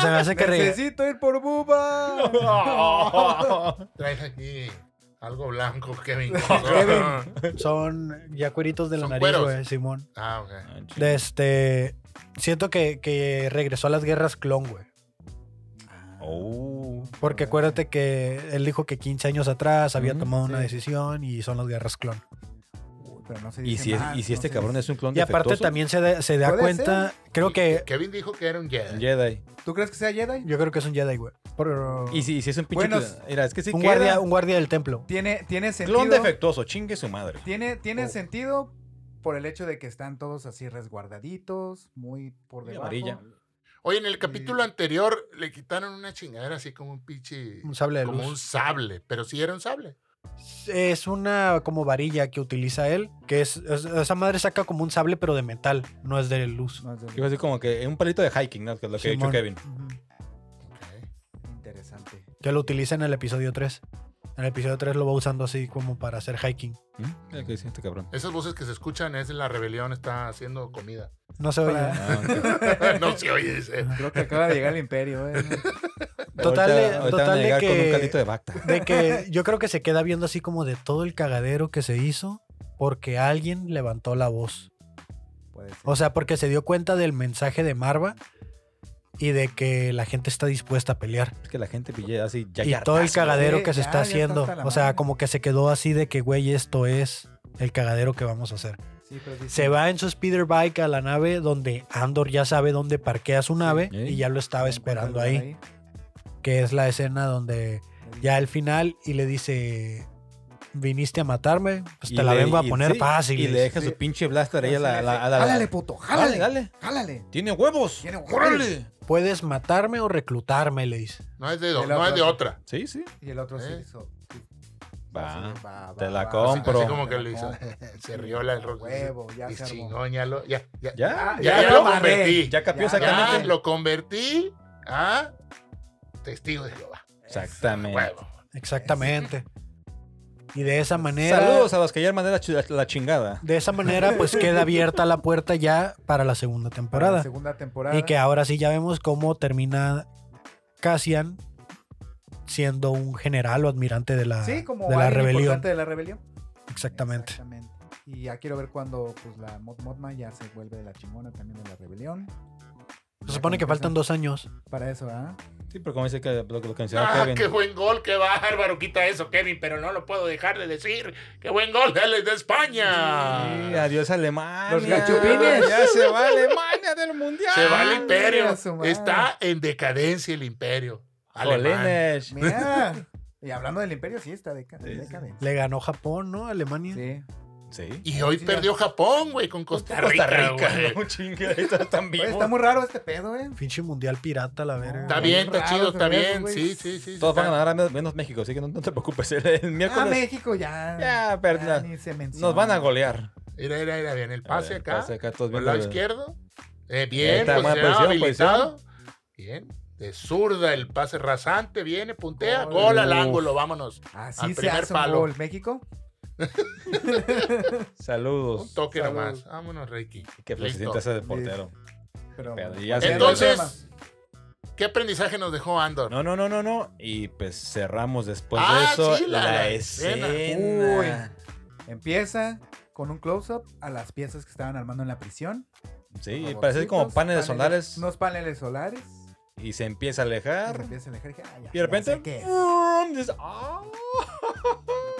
Speaker 1: Se me hace que regresó...
Speaker 3: Necesito ir por Buba.
Speaker 4: Ah,
Speaker 2: Traes aquí algo blanco, Kevin.
Speaker 1: Kevin. Son ya cueritos de la
Speaker 2: Son
Speaker 1: nariz,
Speaker 2: cueros.
Speaker 1: güey, Simón.
Speaker 2: ah, ok.
Speaker 4: Ah,
Speaker 1: De este. Siento que, que regresó a las guerras clon, güey.
Speaker 4: Oh.
Speaker 1: Porque acuérdate que él dijo que 15 años atrás había
Speaker 4: Ujú,
Speaker 1: tomado una
Speaker 3: sí.
Speaker 1: decisión y son las guerras clon.
Speaker 3: Uy, pero no se
Speaker 4: Y
Speaker 3: dice
Speaker 4: si, es-
Speaker 3: más,
Speaker 4: y si
Speaker 3: no
Speaker 4: este
Speaker 3: se
Speaker 4: cabrón
Speaker 3: dice-
Speaker 4: es un clon
Speaker 1: Y aparte
Speaker 4: defectuoso,
Speaker 1: también se, da- se da
Speaker 3: Puede
Speaker 1: cuenta. Creo que.
Speaker 2: Kevin dijo que era un Jedi.
Speaker 4: un Jedi.
Speaker 3: ¿Tú crees que sea Jedi?
Speaker 1: Yo creo que es un Jedi, güey. Pero-
Speaker 4: Y si, y si es un pinche.
Speaker 3: Bueno,
Speaker 4: clon- Mira, es que sí
Speaker 1: un,
Speaker 4: queda
Speaker 1: guardia, un guardia del templo.
Speaker 3: Tiene, tiene sentido.
Speaker 4: clon defectuoso, chingue su madre.
Speaker 3: Tiene, tiene
Speaker 4: Oh.
Speaker 3: sentido por el hecho de que están todos así resguardaditos, muy por
Speaker 4: Muy
Speaker 3: debajo.
Speaker 4: amarilla.
Speaker 2: Oye, en el capítulo anterior le quitaron una chingadera así como un pinche.
Speaker 1: Un sable de
Speaker 2: como un
Speaker 1: luz.
Speaker 2: sable, pero sí era un sable.
Speaker 1: Es una como varilla que utiliza él. Que es. es- Esa madre saca como un sable, pero de metal. No es de luz.
Speaker 3: No, es de-
Speaker 4: Yo así como que un palito de hiking, ¿no? Que es lo que ha dicho
Speaker 1: Simón.
Speaker 4: Kevin.
Speaker 1: Ujú.
Speaker 2: Ok.
Speaker 3: Interesante.
Speaker 1: Que lo utiliza en el episodio 3. En el episodio 3 lo va usando así como para hacer hiking.
Speaker 4: ¿Mm? Mira que dice este cabrón.
Speaker 2: Esas voces que se escuchan es la rebelión, está haciendo comida.
Speaker 1: No se oye.
Speaker 3: Para-
Speaker 4: Ah, ok.
Speaker 2: no se oye, dice.
Speaker 3: Creo que acaba de llegar el imperio, ¿eh?
Speaker 1: Total,
Speaker 4: Ahorita-
Speaker 1: eh,
Speaker 4: ahorita
Speaker 1: total
Speaker 4: van a
Speaker 1: de
Speaker 4: llegar con
Speaker 1: que-
Speaker 4: un caldito de bacta.
Speaker 1: De que yo creo que se queda viendo así como de todo el cagadero que se hizo porque alguien levantó la voz.
Speaker 3: Puede ser.
Speaker 1: O sea, porque se dio cuenta del mensaje de Marva y de que la gente está dispuesta a pelear.
Speaker 4: Es que la gente pille así. Ya,
Speaker 1: y
Speaker 4: ya
Speaker 1: todo el
Speaker 4: hartazo.
Speaker 1: cagadero
Speaker 3: Sí,
Speaker 1: que se
Speaker 3: ya,
Speaker 1: está
Speaker 3: ya está
Speaker 1: haciendo.
Speaker 3: hasta la
Speaker 1: o sea,
Speaker 3: madre.
Speaker 1: como que se quedó así de que, güey, esto es el cagadero que vamos a hacer.
Speaker 3: Sí, pero dice-
Speaker 1: Se va en su speeder bike a la nave donde Andor ya sabe dónde parquea su nave
Speaker 4: Ey.
Speaker 1: y ya lo estaba
Speaker 3: encuentra
Speaker 1: esperando
Speaker 3: el lugar
Speaker 1: ahí, que es la escena donde
Speaker 3: ahí.
Speaker 1: ya al final y le dice, viniste a matarme, pues
Speaker 4: Y
Speaker 1: te la
Speaker 4: le-
Speaker 1: vengo a
Speaker 4: y-
Speaker 1: poner
Speaker 4: sí,
Speaker 1: fácil.
Speaker 4: Y le deja
Speaker 3: Sí.
Speaker 4: su pinche blaster ahí a la. a la- a la-
Speaker 3: Jálale, puto,
Speaker 4: Dale,
Speaker 3: jálale,
Speaker 4: dale.
Speaker 3: jálale.
Speaker 4: Tiene huevos.
Speaker 3: Tiene huevos.
Speaker 4: ¡Órale!
Speaker 1: Puedes matarme o reclutarme, le dice.
Speaker 2: No es de, do-
Speaker 3: El
Speaker 2: no es de
Speaker 3: otro.
Speaker 2: otra.
Speaker 4: Sí, sí.
Speaker 3: Y el otro
Speaker 2: ¿Eh?
Speaker 3: se hizo.
Speaker 4: Va.
Speaker 3: Así de,
Speaker 4: te la
Speaker 2: Así,
Speaker 4: compro.
Speaker 2: así como que
Speaker 3: Te la
Speaker 2: lo hizo.
Speaker 3: compro.
Speaker 2: se rió la del rock.
Speaker 3: Huevo, ya
Speaker 2: Dice,
Speaker 3: se armó.
Speaker 2: chingón, ya lo. Ya, ya,
Speaker 4: Ya,
Speaker 2: ya, ya
Speaker 3: ya lo
Speaker 2: lo
Speaker 3: amarré.
Speaker 2: convertí.
Speaker 4: ya capió
Speaker 3: Ya,
Speaker 2: Ya
Speaker 4: exactamente.
Speaker 2: lo convertí a testigo de Jehová.
Speaker 4: Eh, Exactamente.
Speaker 2: Huevo.
Speaker 1: Exactamente. Y de esa manera.
Speaker 4: Saludos a los que ayer mandé la, chu- la chingada.
Speaker 1: De esa manera, pues queda abierta la puerta ya para la segunda
Speaker 3: Para la
Speaker 1: temporada.
Speaker 3: segunda temporada.
Speaker 1: Y que ahora sí ya vemos cómo termina Cassian siendo un general o admirante de la,
Speaker 3: sí, como
Speaker 1: de la
Speaker 3: alguien
Speaker 1: rebelión.
Speaker 3: importante de la rebelión.
Speaker 1: Exactamente.
Speaker 3: Y ya quiero ver cuando pues la Mod Modma ya se vuelve la chingona también de la rebelión.
Speaker 1: Se supone que faltan dos años.
Speaker 3: Para eso, ¿ah?
Speaker 4: Sí, pero como dice que lo, lo que mencionaba
Speaker 2: Ah,
Speaker 4: Kevin.
Speaker 2: qué buen gol, qué bárbaro, quita eso, Kevin, pero no lo puedo dejar de decir. Qué buen gol, él es de
Speaker 4: Sí,
Speaker 2: España.
Speaker 4: adiós Alemania.
Speaker 3: Los gachupines.
Speaker 4: Ya se va Alemania del mundial.
Speaker 2: Se va
Speaker 3: Ah,
Speaker 2: el imperio.
Speaker 3: mira su madre.
Speaker 2: Está en decadencia el imperio. Alemán.
Speaker 4: Jolines.
Speaker 3: Mira. y hablando del imperio, sí está deca-
Speaker 4: Sí, sí.
Speaker 3: decadencia.
Speaker 1: Le ganó Japón, ¿no? Alemania.
Speaker 3: Sí.
Speaker 4: Sí.
Speaker 2: Y hoy
Speaker 3: Sí,
Speaker 2: perdió Japón, güey, con Costa Rica. güey.
Speaker 4: No chingue, ahí está tan
Speaker 3: Oye,
Speaker 4: vivo.
Speaker 3: está muy raro este pedo, ¿eh?
Speaker 1: Pinche mundial pirata, la verga.
Speaker 2: Está
Speaker 3: Muy
Speaker 2: bien, está
Speaker 3: raro
Speaker 2: chido,
Speaker 3: ese
Speaker 2: está
Speaker 3: juego,
Speaker 2: bien.
Speaker 3: güey.
Speaker 2: Sí, sí, sí.
Speaker 4: Todos van a
Speaker 2: está-
Speaker 4: ganar menos- menos México, así que no, no te preocupes. El, el
Speaker 3: Ah,
Speaker 4: miércoles
Speaker 3: México ya.
Speaker 4: Ya, pero
Speaker 3: ya
Speaker 4: no.
Speaker 3: ni Ah, se menciona.
Speaker 4: nos van a golear.
Speaker 2: Mira, mira, mira, bien. El pase
Speaker 4: Ver,
Speaker 2: acá.
Speaker 4: Pase acá, todos
Speaker 2: Por el
Speaker 4: bien.
Speaker 2: Pues lado
Speaker 4: pero-
Speaker 2: izquierdo. Eh,
Speaker 4: Ahí
Speaker 2: bien,
Speaker 4: está, buena
Speaker 2: posicionado,
Speaker 4: posición,
Speaker 2: habilitado. Bien. De zurda, el pase rasante, viene, puntea,
Speaker 3: Gol.
Speaker 2: gol, al
Speaker 4: Uf.
Speaker 2: ángulo, vámonos.
Speaker 3: Así
Speaker 2: al
Speaker 3: se
Speaker 2: primer
Speaker 3: hace un
Speaker 2: palo.
Speaker 3: gol. México.
Speaker 2: Un
Speaker 4: Saludos.
Speaker 2: toque
Speaker 3: Salud.
Speaker 2: nomás. Vámonos, Ricky.
Speaker 4: Pues,
Speaker 3: Oh,
Speaker 4: Que pues,
Speaker 2: Listo.
Speaker 4: presidente hace de portero.
Speaker 3: Pero,
Speaker 4: Pero ya se-
Speaker 2: Entonces, ¿qué aprendizaje nos dejó Andor?
Speaker 4: No, no, no, no, no. Y pues cerramos después de
Speaker 2: Ah,
Speaker 4: eso
Speaker 2: sí, la-
Speaker 4: la,
Speaker 2: la
Speaker 4: escena.
Speaker 2: escena.
Speaker 3: Uy. Empieza con un close-up a las piezas que estaban armando en la prisión.
Speaker 4: Sí,
Speaker 3: Robotitos,
Speaker 4: parece como paneles solares.
Speaker 3: Unos paneles solares.
Speaker 4: Y se empieza a alejar.
Speaker 3: Se empieza a alejar, dije, ah, ya,
Speaker 4: Y de
Speaker 3: ya sé
Speaker 4: repente. uh,
Speaker 3: qué es.
Speaker 4: ¡vroom! Dices, "Ah".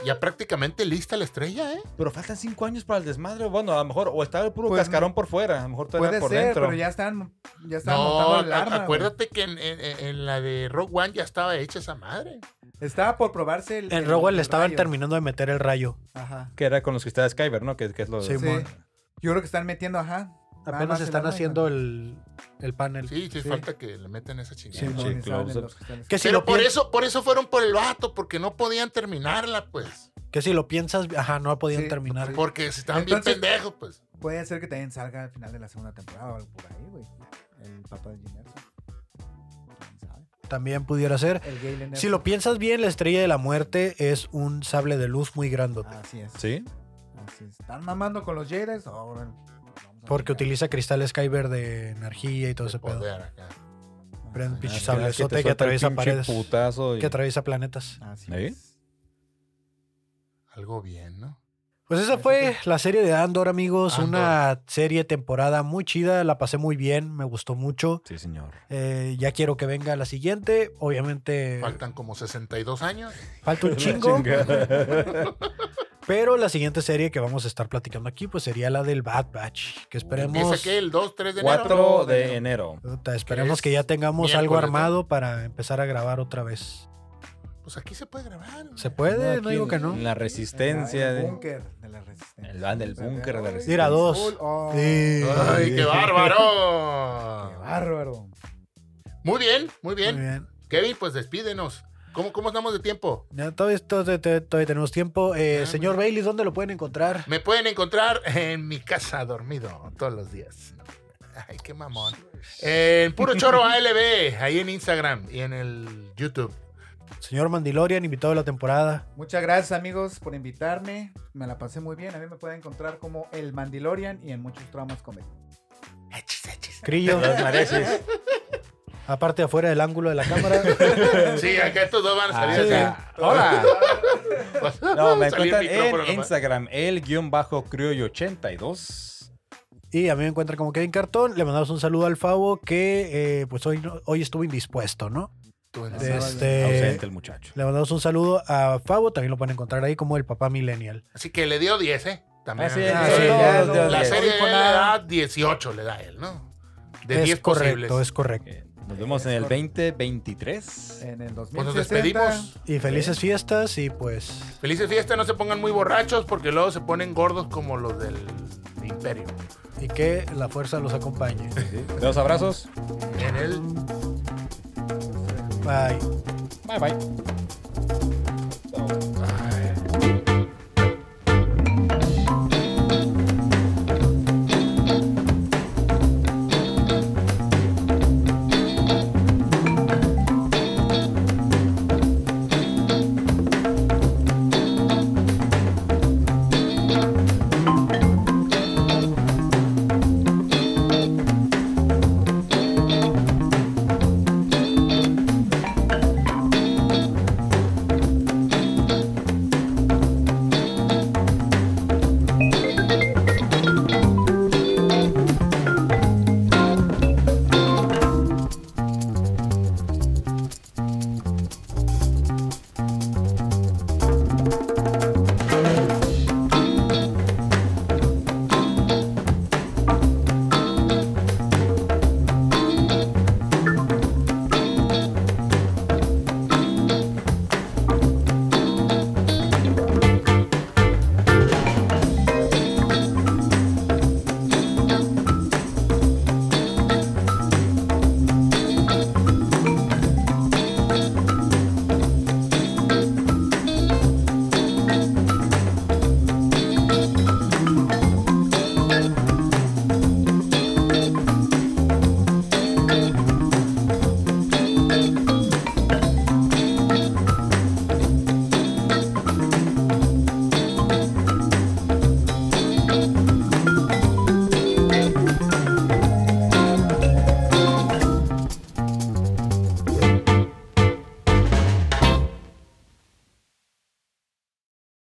Speaker 2: Ya prácticamente lista la estrella, ¿eh?
Speaker 4: Pero faltan cinco años para el desmadre. Bueno, a lo mejor. O estaba el puro
Speaker 3: Pues,
Speaker 4: cascarón por fuera. A lo mejor todavía
Speaker 3: Puede
Speaker 4: por
Speaker 3: ser,
Speaker 4: dentro.
Speaker 3: pero ya están, ya están
Speaker 2: No,
Speaker 3: montando el
Speaker 2: a-
Speaker 3: arma. güey.
Speaker 2: acuérdate que en, en- en- en la de Rogue One ya estaba hecha esa madre.
Speaker 3: Estaba por probarse el.
Speaker 1: En Rowell le estaban
Speaker 3: rayo.
Speaker 1: terminando de meter el rayo.
Speaker 3: Ajá.
Speaker 4: Que era con los cristales Kyber, ¿no? Que, que es lo
Speaker 1: Sí,
Speaker 3: Sí. Yo creo que están metiendo, ajá. nada
Speaker 1: Apenas
Speaker 3: más el
Speaker 1: están
Speaker 3: arma y
Speaker 1: haciendo
Speaker 3: la-
Speaker 1: el, el panel.
Speaker 2: Sí, sí,
Speaker 3: Sí.
Speaker 2: falta que le meten esa
Speaker 3: Sí,
Speaker 2: chingada.
Speaker 4: Sí,
Speaker 3: estaban en
Speaker 4: close-up.
Speaker 3: los cristales.
Speaker 1: Que si,
Speaker 2: Pero
Speaker 1: lo
Speaker 2: por
Speaker 1: pien-
Speaker 2: eso, por eso fueron por el vato, porque no podían terminarla, pues.
Speaker 1: que si lo piensas, ajá, no podían
Speaker 3: Sí,
Speaker 1: terminar.
Speaker 2: Porque estaban
Speaker 3: Entonces-
Speaker 2: bien pendejos, pues.
Speaker 3: Puede ser que también salga al final de la segunda temporada o algo por ahí, güey. El papá de Jim Erso. ¿Quién sabe?
Speaker 1: También pudiera ser.
Speaker 3: El Galen
Speaker 1: Si
Speaker 3: Erso.
Speaker 1: lo piensas bien, la estrella de la muerte es un sable de luz muy grandote.
Speaker 3: Así es.
Speaker 4: Sí.
Speaker 3: Así es. ¿Están mamando con los Jedi? Ahora. vamos a
Speaker 1: Porque
Speaker 3: brincar.
Speaker 1: utiliza cristales Kyber de energía y todo ese
Speaker 2: De
Speaker 1: pedo.
Speaker 2: poder acá.
Speaker 1: Pero un
Speaker 3: Ah,
Speaker 1: pinche
Speaker 4: Ah,
Speaker 1: sablezote
Speaker 4: te
Speaker 1: que
Speaker 4: suelta el
Speaker 1: atraviesa
Speaker 4: pinche
Speaker 1: paredes.
Speaker 4: Putazo y-
Speaker 1: Que atraviesa planetas.
Speaker 3: Así
Speaker 4: ¿Eh?
Speaker 3: es.
Speaker 2: Algo bien, ¿no?
Speaker 1: Pues esa
Speaker 3: Así
Speaker 1: fue la serie de Andor, amigos.
Speaker 2: Andor.
Speaker 1: Una serie temporada muy chida. La pasé muy bien. Me gustó mucho.
Speaker 4: Sí, señor.
Speaker 1: Eh, ya quiero que venga la siguiente. Obviamente
Speaker 2: Faltan como 62 años.
Speaker 1: falta un chingo. Pero la siguiente serie que vamos a estar platicando aquí, pues sería la del Bad Batch. Que
Speaker 2: Empieza
Speaker 1: esperemos.
Speaker 2: que el 2, 3 de enero.
Speaker 4: 4 de enero.
Speaker 1: Puta, Esperemos
Speaker 2: es
Speaker 1: que ya tengamos algo
Speaker 2: miércoles, ¿no?
Speaker 1: armado para empezar a grabar otra vez.
Speaker 2: Pues aquí se puede grabar. güey.
Speaker 1: ¿Se puede? No
Speaker 4: Aquí
Speaker 1: digo
Speaker 4: en-
Speaker 1: que no.
Speaker 4: en La resistencia.
Speaker 3: El
Speaker 4: de-
Speaker 3: búnker de la resistencia.
Speaker 4: El van del búnker de la resistencia.
Speaker 1: Mira, dos.
Speaker 3: Cool. Oh,
Speaker 1: Sí.
Speaker 2: ¡Ay, qué
Speaker 3: Qué
Speaker 2: bárbaro!
Speaker 3: bárbaro.
Speaker 2: Muy bien, muy
Speaker 1: Muy
Speaker 2: bien.
Speaker 1: bien.
Speaker 2: Kevin, pues despídenos. ¿Cómo, cómo estamos de tiempo?
Speaker 1: Ya, todavía, todavía- todavía- todavía tenemos tiempo. Eh,
Speaker 2: Ah,
Speaker 1: señor Bailey, ¿dónde lo pueden encontrar?
Speaker 2: Me pueden encontrar en mi casa dormido todos los días. Ay, qué mamón. En Puro Choro ALB, ahí en Instagram y en el YouTube.
Speaker 1: Señor Mandilorian, invitado de la temporada.
Speaker 3: Muchas gracias amigos por invitarme. Me la pasé muy bien. A mí me pueden encontrar como el Mandalorian y en muchos traumas con
Speaker 2: Hachis, hachis.
Speaker 1: Crillo,
Speaker 4: Los mareces.
Speaker 1: aparte afuera del ángulo de la cámara.
Speaker 2: Sí, acá estos dos van a salir
Speaker 1: sí.
Speaker 2: acá.
Speaker 4: Hola. Ah, No, me
Speaker 2: Salir
Speaker 4: encuentran
Speaker 2: micrófono
Speaker 4: en
Speaker 2: nomás.
Speaker 4: Instagram, el guión bajo criollo82.
Speaker 1: Y a mí me encuentran como Kevin Cartón. Le mandamos un saludo al Favo que eh, pues hoy, no- hoy estuvo indispuesto, ¿no?
Speaker 2: Tú en-
Speaker 1: De este-
Speaker 4: Ausente el muchacho.
Speaker 1: Le mandamos un saludo a Favo, también lo pueden encontrar ahí como el papá millennial.
Speaker 2: Así que le dio 10, ¿eh? También.
Speaker 4: Ah, sí,
Speaker 1: Ah,
Speaker 4: sí,
Speaker 1: sí,
Speaker 4: todos
Speaker 1: ya,
Speaker 4: los
Speaker 1: no,
Speaker 4: días
Speaker 2: La
Speaker 4: diez.
Speaker 2: serie
Speaker 3: Cinco
Speaker 2: le
Speaker 3: nada.
Speaker 2: da 18, le da él, ¿no? De
Speaker 1: es
Speaker 2: 10
Speaker 1: correcto,
Speaker 2: posibles.
Speaker 1: es correcto.
Speaker 4: Eh, Nos vemos en el 2023.
Speaker 1: Eh.
Speaker 3: En el 2060.
Speaker 2: Pues nos despedimos.
Speaker 1: Y felices fiestas y pues
Speaker 2: Felices fiestas, no se pongan muy borrachos porque luego se ponen gordos como los del imperio.
Speaker 1: y que la fuerza los acompañe.
Speaker 4: Dos abrazos.
Speaker 2: En el
Speaker 1: Bye.
Speaker 4: Bye bye.